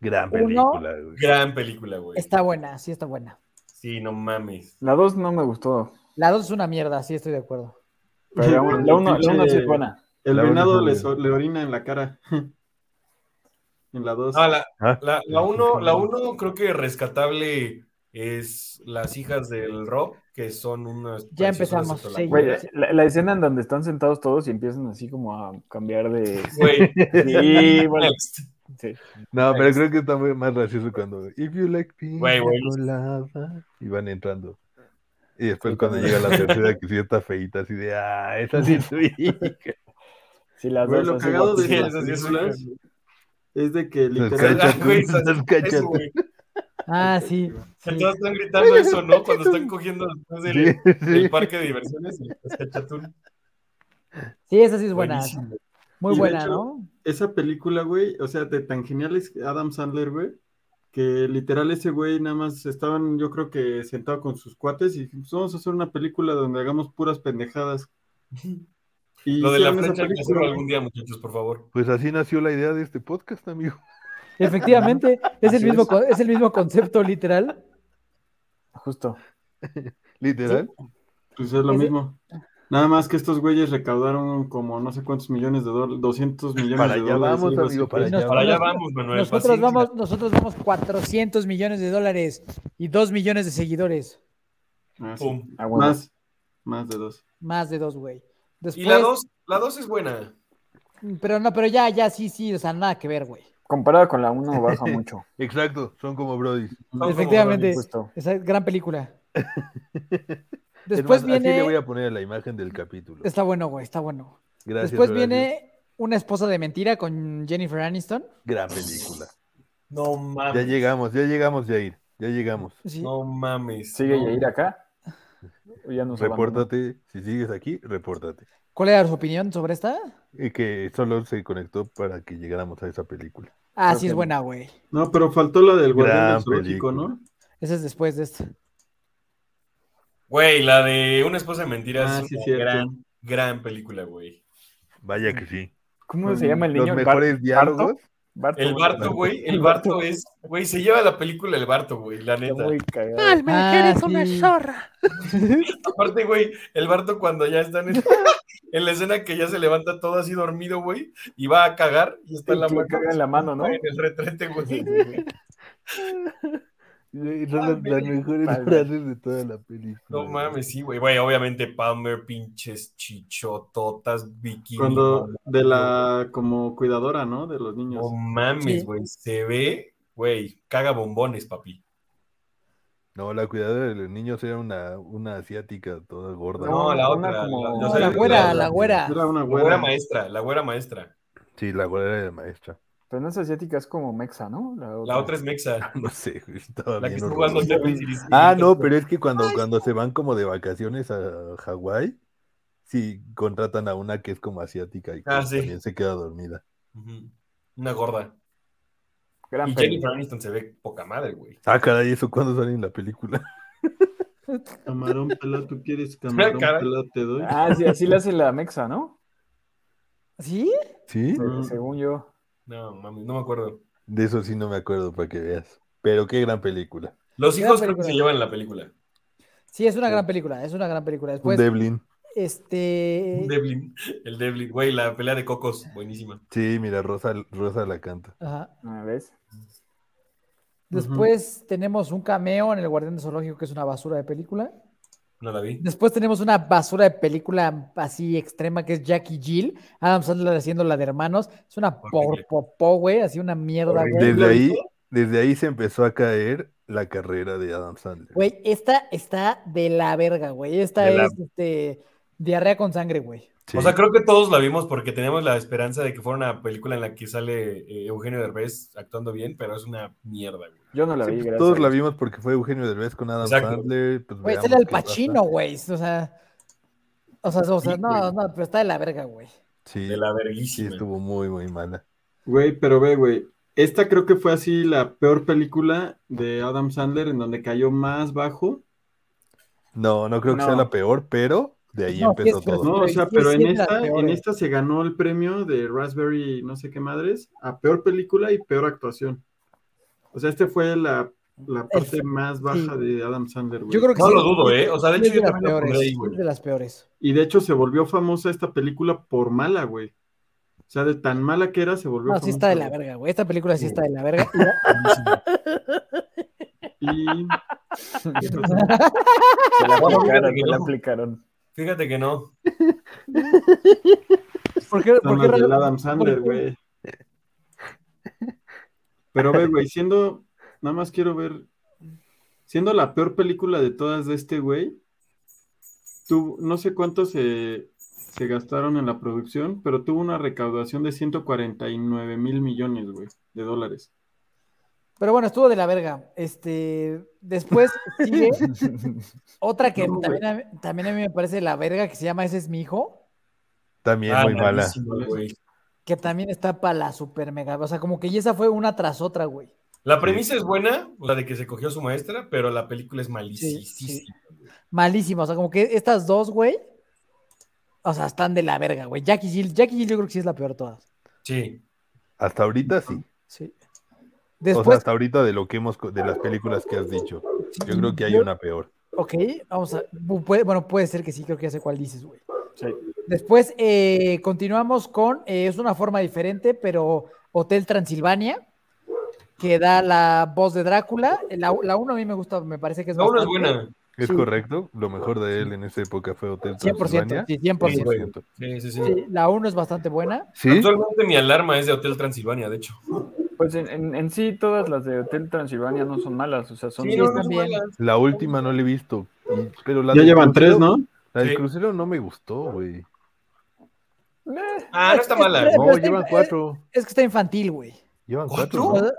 Gran
Uno-
película. güey.
Gran película, güey.
Está buena, sí está buena.
Sí, no mames.
La 2 no me gustó.
La dos es una mierda, sí estoy de acuerdo.
Pero la 1 la uno- la uno sí es buena.
El
La
venado
única
le,
que-
so- le orina en la cara. en la 2.
Ah, la,
Ah.
la, la uno, la uno creo que rescatable es las hijas del Rob, que son unas.
Ya
preciosas
empezamos,
atoladas.
sí.
Güey, la, la escena en donde están sentados todos y empiezan así como a cambiar de...
Güey,
Sí, bueno,
next.
sí.
No, pero
Next.
creo que está muy más gracioso cuando If you like piña
Güey, güey.
colada", y van entrando. Y después cuando llega la tercera que sí está feita, así de ah, esa sí es tu hija".
Sí, las
Güey,
dos
lo
así
cagado de
sí,
guapísimas.
esas
esas sí es
películas es de que
Las
literal
Ah, güey,
cachas,
esas-
las cachas.
Eso, güey.
Ah, sí. sí.
Entonces están gritando eso, ¿no? Cuando están cogiendo después del,
Sí,
del
sí.
parque de diversiones, el cachatún.
Sí, esa sí es buena.
Buenísimo.
Muy
Y de
buena,
hecho-
¿no?
Esa película, güey, o sea, de tan genial es Adam Sandler, güey, que literal ese güey nada más estaban, yo creo que sentado con sus cuates y dijimos, vamos a hacer una película donde hagamos puras pendejadas. Y
Lo de la
hicieron esa
flecha hay que
película,
hacerlo algún día, muchachos, por favor.
Pues así nació la idea de este podcast, amigo.
Efectivamente, es el
Así
mismo,
es.
co- es el mismo concepto literal.
Justo.
Literal.
Pues es lo
Ese-
mismo. Nada más que estos güeyes recaudaron como no sé cuántos millones de dólares, 200 millones
Para
de
allá
dólares.
vamos,
algo así.
amigo, para
Y
allá
nos-
Para allá
vamos.
vamos, Manuel.
Nosotros
paciencia.
vamos, nosotros vamos 400 millones de dólares y 2 millones de seguidores.
Ah, sí.
Pum.
Ah, bueno.
Más, más de dos.
Más de dos, güey.
Y la
Después,
2 la dos es buena.
pero no, pero ya, ya, sí, sí, o sea, nada que ver, güey.
Comparada con la 1 baja mucho.
Exacto, son como Brody.
Son
Efectivamente,
Justo.
esa gran película.
Es
Después
más, Así le voy
viene,
a poner a la imagen del capítulo.
está bueno, güey, está bueno.
Gracias,
Después
Horacio.
viene una esposa de mentira con Jennifer Aniston.
Gran película.
No
Ya
mames.
llegamos, ya llegamos, Jair. Ya llegamos.
Sí.
No mames.
¿Sigue
no.
Yair acá? ¿O ya nos abandonó?
Repórtate, si sigues aquí, repórtate.
¿Cuál era su opinión sobre esta?
Y que solo se conectó para que llegáramos a esa película.
Ah,
Creo
sí, es
que-
buena, güey.
No, pero faltó la del guardián
Gran
del zoológico, ¿no?
Esa es después de esta.
Güey, la de Una esposa de mentiras
Ah,
es
sí,
una
cierto.
gran, gran película, güey.
Vaya que sí.
¿Cómo se llama el
Los
niño?
mejores
¿Bar-
diálogos.
Barto?
El Barto, güey. El Barto es. Güey, se lleva la película el Barto, güey, la
Está
neta.
muy cagado.
Ah, sí.
Aparte, güey, el Barto cuando ya están en, en la escena que ya se levanta todo así dormido, güey, y va a cagar y está
Sí,
en la
que
mano.
caga en la mano, ¿no?
En el retrete, güey.
Y Eh, Son las, las mejores
Palmer.
frases de toda la película.
No mames, sí, güey. Güey, obviamente Palmer, pinches chichototas, bikini.
Cuando de la como cuidadora, ¿no? De los
Oh,
niños.
No
Sí.
mames, güey. Se ve, güey, caga bombones, papi.
No, la cuidadora de los niños era una, una asiática toda gorda.
No, la
una
otra.
como-
yo
No,
No,
sé
la
de-
güera, la güera.
Era una
La güera
güera.
maestra, la güera maestra.
Sí, la güera era la maestra.
Pero no es asiática, es como mexa, ¿no?
La otra es Mexa,
No sé, güey, estaba
la
bien
que está
horrorosa.
jugando Seven Series.
Ah, no, pero es que cuando, cuando se van como de vacaciones a Hawái, sí contratan a una que es como asiática y que
Ah, sí.
también se queda dormida.
Ujú. Una gorda.
Gran
Y
peli.
Jennifer Aniston se ve poca madre, güey.
Ah, caray, ¿eso cuándo sale en la película?
Camarón pelado, tú quieres camarón
Caray.
pelado, te doy.
Ah, sí, así le hace la mexa, ¿no?
¿Sí?
¿Sí?
Mm.
Según yo.
No, mami, no me acuerdo.
De eso sí no me acuerdo para que veas. Pero qué gran película.
Los
Gran
hijos creo que
película.
se llevan la película.
Sí, es una gran película, es una gran película. Después,
Un Devlin.
este...
Devlin, el Devlin, güey, la pelea de cocos, buenísima.
Sí, mira, Rosa, Rosa la canta.
Ajá.
Ah, ¿Ves?
Después tenemos un cameo en El Guardián de Zoológico, que es una basura de película.
No la vi.
Después tenemos una basura de película así extrema que es Jackie Jill. Adam Sandler haciendo la de hermanos. Es una por
Horrible.
popó, güey, así una mierda,
Horrible.
güey.
Desde ahí, desde ahí se empezó a caer la carrera de Adam Sandler.
Güey, esta está de la verga, güey. Esta
De la-
es este, diarrea con sangre, güey.
Sí.
O sea, creo que todos la vimos porque teníamos la esperanza de que fuera una película en la que sale eh, Eugenio Derbez actuando bien, pero es una mierda, güey.
Yo no la
Sí,
vi,
pues,
gracias.
todos la vimos porque fue Eugenio Derbez con Adam
Exacto.
Sandler. pues,
Güey,
veamos
sale al
qué pasa.
Pachino, güey. O sea, o sea, o sea,
Sí,
no,
güey.
no, pero está de la verga, güey.
Sí,
De la
sí,
verguísima.
estuvo muy, muy mala.
Güey, pero ve, güey. Esta creo que fue así la peor película de Adam Sandler en donde cayó más bajo.
No, no creo que
No.
sea la peor, pero de ahí
No,
empezó
sí es
todo.
peor.
No, o
Pero
sea,
sí
pero
es eh.
en
de las
esta, en
peores.
esta se ganó el premio de Raspberry no sé qué madres a peor película y peor actuación. O sea, este fue la, la parte más baja de Adam Sandler, güey.
Yo creo que
No
sí.
lo dudo, ¿eh? O sea, de
Sí
hecho
es de
yo
las
también la
peores.
pondré ahí,
sí
güey.
es de las peores.
Y de hecho se volvió famosa esta película por mala, güey. O sea, de tan mala que era se volvió
No,
famosa.
sí está de la
güey.
verga, güey. Esta película sí
Sí.
está de la verga.
Y ¿Qué pasó?
Se la
Bueno,
aplicaron,
fíjate que
se la
no.
aplicaron.
Fíjate que no.
¿Por qué,
Son
por qué
las del
rayos-
Adam Sandler,
por qué?
güey. Pero ve, güey, siendo, nada más quiero ver, siendo la peor película de todas de este güey, tú, no sé cuánto se, se gastaron en la producción, pero tuvo una recaudación de 149 mil millones, güey, de dólares.
Pero bueno, estuvo de la verga. Este, después sigue otra que
No, güey.
también, a, también a mí me parece de la verga, que se llama Ese es mi hijo,
También
Ah,
muy mala.
malísima, güey.
que también está para la super mega. O sea, como que ya esa fue una tras otra, güey.
La premisa es buena, o sea, de que se cogió a su maestra, pero la película es malísima.
sí. Malísima. O sea, como que estas dos, güey, o sea, están de la verga, güey. Jackie Jill, Jackie Jill yo creo que sí es la peor de todas.
Sí.
Hasta ahorita sí.
Sí.
O sea,
Después,
hasta ahorita de lo que hemos, co- de las películas que has dicho. Yo creo que hay una peor.
ok, vamos a, bu- puede- bueno, puede ser que sí, creo que ya sé cuál dices, güey.
Sí.
Después eh, continuamos con, eh, es una forma diferente, pero Hotel Transilvania, que da la voz de Drácula. La, la uno a mí me gusta, me parece que es
La una es
bastante-
buena.
¿Es
Sí.
correcto? Lo mejor de él en esa época fue Hotel
100%,
Transilvania.
sí, 100%.
Sí, güey. Sí, sí, sí.
Sí, la uno es bastante buena.
¿Sí?
Actualmente mi alarma es de Hotel Transilvania, de hecho.
Pues en, en- en sí, todas las de Hotel Transilvania no son malas, o sea, son.
Sí, no, no
están
es
bien.
mala.
La última no la he visto. y- pero la
Ya
del
llevan
crucero-
tres, ¿no?
La del
Sí.
crucero no me gustó, güey.
Ah, no está mala.
Pero
No,
está-
llevan
eh,
cuatro.
Es que está infantil, güey.
Llevan
¿cuatro?
cuatro.
O
¿no?
sea,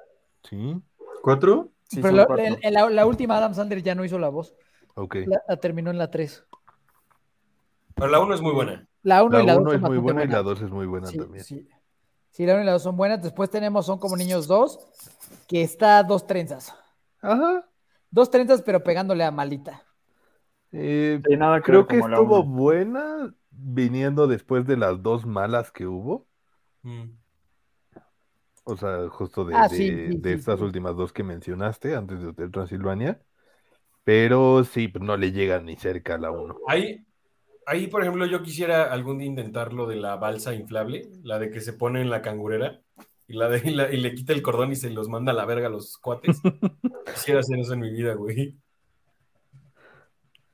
Sí,
¿Cuatro?
Sí,
pero
son
la,
cuatro.
en- en la- la última Adam Sandler ya no hizo la voz,
ok.
la, la terminó en la 3.
Pero la una es muy buena.
La 1 y la
La
2
uno
son
es muy
bastante
buena y la
buenas.
dos es muy buena
Sí,
también.
sí. Sí, la 1 y la 2 son buenas. Después tenemos Son como niños 2, que está dos trenzas.
Ajá.
Dos trenzas, pero pegándole a malita.
Eh,
Sí, nada,
Creo
creo
que estuvo buena viniendo después de las dos malas que hubo.
Mm.
O sea, justo de,
Ah,
de-
sí, sí,
de
sí,
estas
sí.
últimas dos que mencionaste, antes de Hotel Transilvania. Pero sí, pues, no le llega ni cerca a la uno.
Ahí, ahí, por ejemplo, yo quisiera algún día intentar lo de la balsa inflable, la de que se pone en la cangurera y, la de, y, la- y le quita el cordón y se los manda a la verga a los cuates. quisiera hacer eso en mi vida, güey.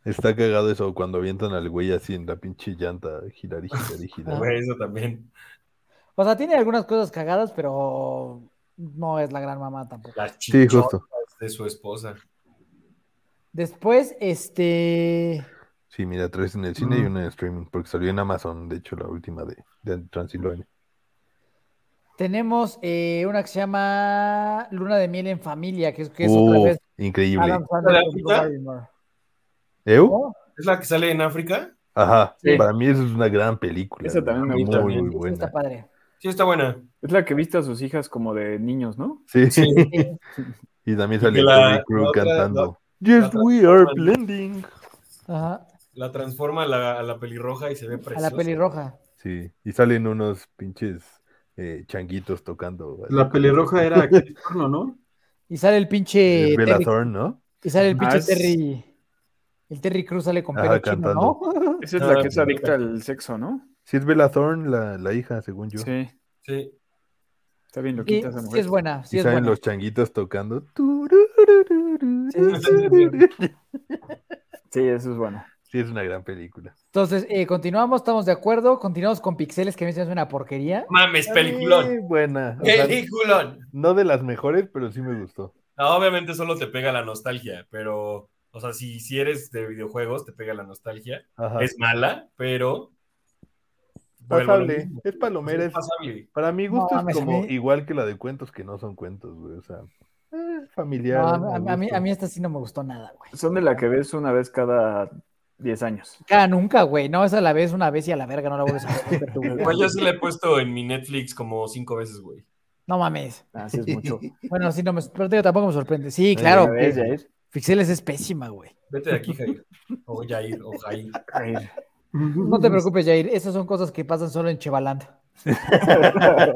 Está cagado eso cuando avientan al güey así en la pinche llanta, girar y girar y
Ah.
girar.
Güey, Eso también.
O sea, tiene algunas cosas cagadas, pero no es la gran mamá tampoco.
Las
Sí,
chichotas
justo.
de su esposa.
Después, este.
Sí, mira, tres en el cine y una en streaming, porque salió en Amazon, de hecho, la última de, de Transilvania.
Tenemos eh, una que se llama Luna de Miel en Familia, que es, que es otra
Oh,
vez
increíble.
Adam Sandler con
¿La
Drew Barrymore.
¿Eu?
¿No?
¿Es la que sale en África?
Ajá,
Sí.
para mí esa es una gran película.
Esa también me
muy,
gusta.
Muy,
Sí, Está
buena.
padre.
Sí, está buena.
Es la que viste a sus hijas como de niños, ¿no?
Sí.
Sí.
Sí.
Y también sale
que la-
Terry Crew
la otra-
cantando.
la
Yes,
otra-
we are blending.
Ajá,
La transforma a la, a la pelirroja y se ve
A
preciosa.
la pelirroja.
Sí, y salen unos pinches eh, changuitos tocando. así
La
como-
pelirroja era actriz porno, ¿no?
Y sale el pinche.
Es Bella
Eh, Terry-
Thorne, ¿no?
y sale el
Ah,
pinche
es-
Terry. El Terry Cruz sale con
Ajá,
pelo chino,
cantando.
¿no?
Esa es
Ah,
la que es
sí.
adicta al sexo, ¿no?
Sí, es Bella Thorne, la, la hija, según yo.
Sí.
Sí.
Está
Sí,
bien loquita esa
sí
mujer.
es buena, sí
y
es
salen
buena.
los changuitos tocando.
Sí, eso es bueno.
Sí, es una gran película.
Entonces, eh, continuamos, estamos de acuerdo. Continuamos con Pixeles, que a mí se me hace una porquería.
Mames, peliculón.
Sí, buena. O sea,
Peliculón.
no de las mejores, pero sí me gustó.
No, obviamente solo te pega la nostalgia, pero, o sea, si, si eres de videojuegos, te pega la nostalgia.
Ajá.
Es mala, pero... vuelvo a lo
pasable.
mismo.
Es palomera.
Es
es-
pasable.
para mi gusto
No,
es
mames, a
como
mí-
igual que la de cuentos que no son cuentos, güey. O sea, eh,
No,
familiar.
a,
me
a- a mí,
gusta.
a mí esta sí no me gustó nada, güey.
Son de la que ves una vez cada 10 años.
Cara, nunca, güey. No, esa la ves una vez y a la verga no la vuelves a ver. nunca tú, güey.
Igual Pues yo sí la he puesto en mi Netflix como cinco veces, güey.
No mames.
Así es mucho.
Bueno, sí, no me, pero digo, tampoco me sorprende. Sí,
Ay,
Pues
claro.
Una vez,
güey.
Jair.
Pixeles es pésima, güey.
Vete de aquí, Jair. O Jair, o Jair.
Jair.
No te preocupes, Jair. Esas son cosas que pasan solo en Chevaland.
Hace
Ah,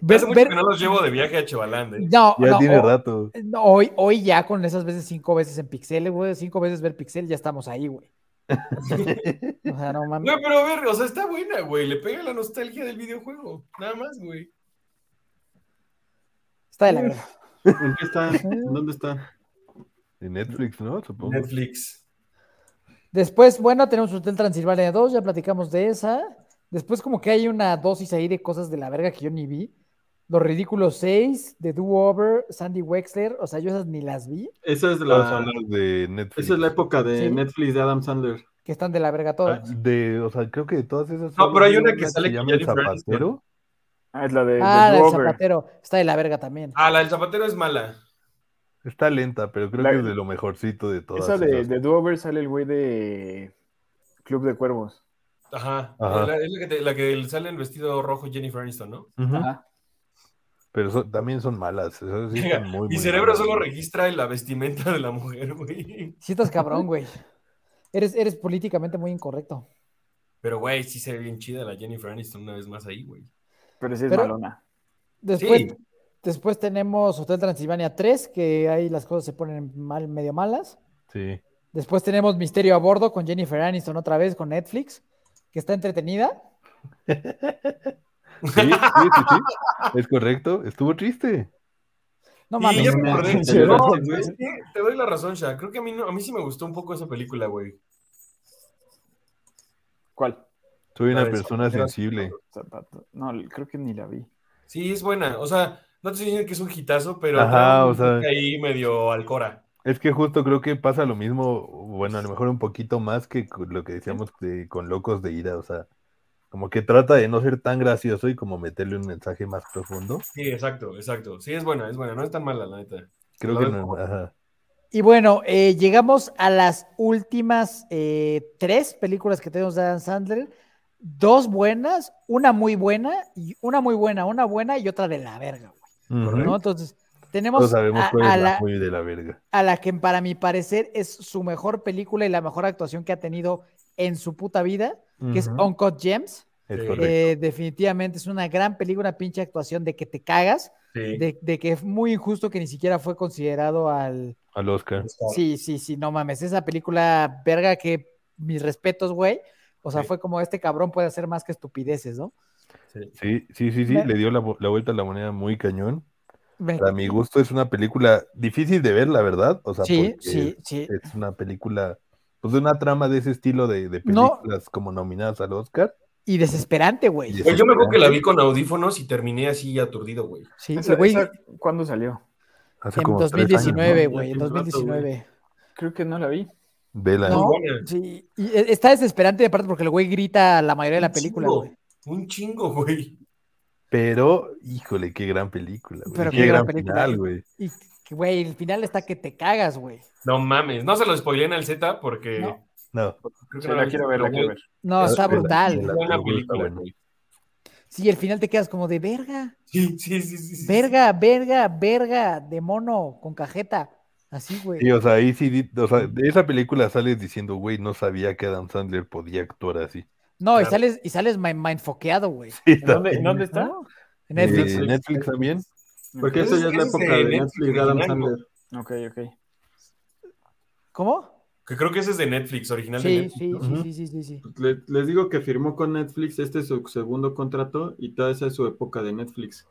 Ver-
mucho
ver-
que no los llevo de viaje a Chevalán, ¿eh?
No,
Ya
no,
tiene
o-
rato.
no, hoy, hoy ya con esas veces cinco veces en Pixeles, güey. Cinco veces ver Pixel, ya estamos ahí, güey. O sea, no mames.
No, pero a ver, o sea, está buena, güey. Le pega la nostalgia del videojuego. Nada más, güey.
Está de la verga.
¿En qué está? ¿En dónde está?
En Netflix, ¿no? Supongo.
Netflix.
Después, bueno, tenemos Hotel Transilvania 2, ya platicamos de esa. Después, como que hay una dosis ahí de cosas de la verga que yo ni vi. Los Ridículos 6, The Do Over, Sandy Wexler, o sea, yo esas ni las vi,
Esa es
Todas son
la,
las de Netflix.
esa es la época de
Sí.
Netflix de Adam Sandler.
que están de la verga todas.
De, o sea, creo que de todas esas.
No,
solo
pero hay
vi
una que sale
se
con
llama El
Jennifer Aniston.
Zapatero.
Ah, es la de
Ah,
The
la del
Rover.
zapatero, está de la verga también.
Ah, la del zapatero es mala.
Está lenta, pero creo
La-
que es de lo mejorcito de todas.
Esa de,
esas.
de Dover sale el güey de Club de Cuervos.
Ajá.
Ajá.
Es la- es la que, te- la que sale en vestido rojo Jennifer Aniston, ¿no?
Ujú.
Ajá.
Pero son- también son malas. esas sí
Venga,
están muy,
Mi
muy
cerebro
malas.
solo registra la vestimenta de la mujer, güey.
Si estás cabrón, güey. Eres, eres políticamente muy incorrecto.
Pero, güey, sí se ve bien chida la Jennifer Aniston una vez más ahí, güey.
Pero sí es
Pero-
malona.
Después,
Sí.
después tenemos Hotel Transilvania 3, que ahí las cosas se ponen mal, medio malas.
Sí.
Después tenemos Misterio a Bordo con Jennifer Aniston otra vez con Netflix, que está entretenida.
Sí, sí, sí, sí. Es correcto. Estuvo triste.
No
y ya
mames.
me acordé.
Sí,
No,
sí,
¿sabes
sí.
qué? Te doy la razón, Sha. Creo que a mí, no- a mí sí me gustó un poco esa película, güey.
¿Cuál?
Soy una
Vale,
persona
zapatero.
sensible.
Zapato. No, creo que ni la vi.
Sí, es buena. O sea, no te estoy diciendo que es un hitazo, pero
Ajá,
trae un
o sea-
toque ahí medio alcora.
Es que justo creo que pasa lo mismo, bueno, a lo mejor un poquito más que con lo que decíamos de- con Locos de Ira, o sea, como que trata de no ser tan gracioso y como meterle un mensaje más profundo.
Sí, exacto, exacto. Sí, es buena, es buena. No es tan mala, la neta.
Creo
Lo
que
veo
no-
como-
ajá.
Y bueno, eh, llegamos a las últimas eh, tres películas que tenemos de Adam Sandler. Dos buenas, una muy buena, y una muy buena, una buena y otra de la verga, güey,
Ujú.
¿no? Entonces,
Todos
tenemos
sabemos
a,
cuál es
a
la
la,
muy de la verga.
a la que para mi parecer es su mejor película y la mejor actuación que ha tenido en su puta vida, que es
Ujú.
Uncut Gems.
Es
Eh,
correcto.
Eh, definitivamente es una gran película, pinche actuación de que te cagas,
Sí.
de, de que es muy injusto que ni siquiera fue considerado al...
Al Oscar.
Sí, sí, sí, no mames, esa película verga que mis respetos, güey. O sea,
Sí.
fue como este cabrón puede hacer más que estupideces, ¿no?
Sí, sí, sí, sí,
Me-
le dio la, vo- la vuelta a la moneda muy cañón.
Me-
Para mi gusto es una película difícil de ver, la verdad. O sea,
sí,
porque
sí, sí.
es una película, pues de una trama de ese estilo de, de
No.
películas como nominadas al Oscar.
Y desesperante, güey.
Y
Güey, yo me acuerdo que la vi con audífonos y terminé así aturdido, güey.
Sí,
Esa-
el güey-
esa, ¿Cuándo salió?
Hace
En
como tres años, ¿no?
2019,
¿no?
güey, en
Ya tiene un rato,
2019.
Creo que no la vi.
Vela,
No,
Muy buena.
sí. Y e- está desesperante, aparte, porque el güey grita la mayoría de la
Un
película,
chingo,
güey.
Un chingo, güey.
Pero, híjole, qué gran película, güey.
Pero
qué,
qué gran
gran
película.
final, güey.
Y, güey, el final está que te cagas, güey.
No mames. No se lo spoileen al Z porque
No.
No,
creo que
Sí,
no
la
he
quiero
visto,
ver, la
pero
quiero ver.
No,
Es
está
verdad,
brutal.
verdad.
Buena
Pero bueno, está
película,
bueno.
güey.
Sí, al final te quedas como de verga,
Sí, sí, sí, sí, sí.
verga, verga, verga, de mono con cajeta. Así, güey.
y o sea, ahí sí, di- o sea, de esa película sales diciendo, güey, no sabía que Adam Sandler podía actuar asy.
No, y
claro.
sales, y sales mind- mindfoqueado, güey.
Sí,
¿En dónde, en dónde está?
¿No? En
Eh,
Netflix.
Netflix, también.
Porque
Pues
eso ya es la
Ese
época de
Netflix
Netflix de Adam
original, ¿no?
Sandler.
Ok, ok.
¿Cómo?
Que creo que ese es de Netflix, original de
Sí,
Netflix.
sí,
¿no?
sí,
Ujú.
sí, sí, sí, sí.
Le- les digo que firmó con Netflix, este es su segundo contrato y toda esa es su época de Netflix.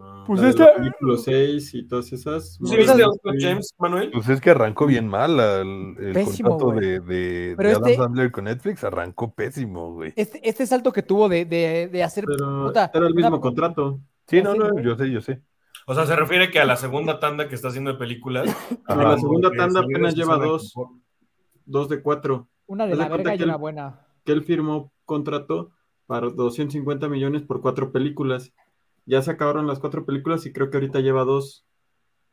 Ah.
Pues
La de
esta-
los Películas 6 y todas esas.
¿Tú sí viste a
Modern
Uncut
Family.
James, Manuel?
Pues es que arrancó bien mal al- el
Mm. Pésimo,
contrato
güey.
de, de-
Pero
de Adam
este-
Sandler con Netflix, arrancó pésimo, güey.
Este, este salto que tuvo de, de, de hacer.
Pero
Puta,
era el
una-
mismo contrato.
Sí, no,
sí,
no,
güey.
yo sé, yo sé.
O sea, se refiere que a la segunda tanda que está haciendo de películas. Ah,
Ajá.
la segunda
que
tanda
salir de
apenas
su
lleva
zona de
dos.
confort.
Dos de cuatro.
Una de
Haz de
la
cuenta
verga y
que
una
el-
buena.
Que él firmó contrato para 250 millones por cuatro películas. Ya se acabaron las cuatro películas y creo que ahorita lleva dos.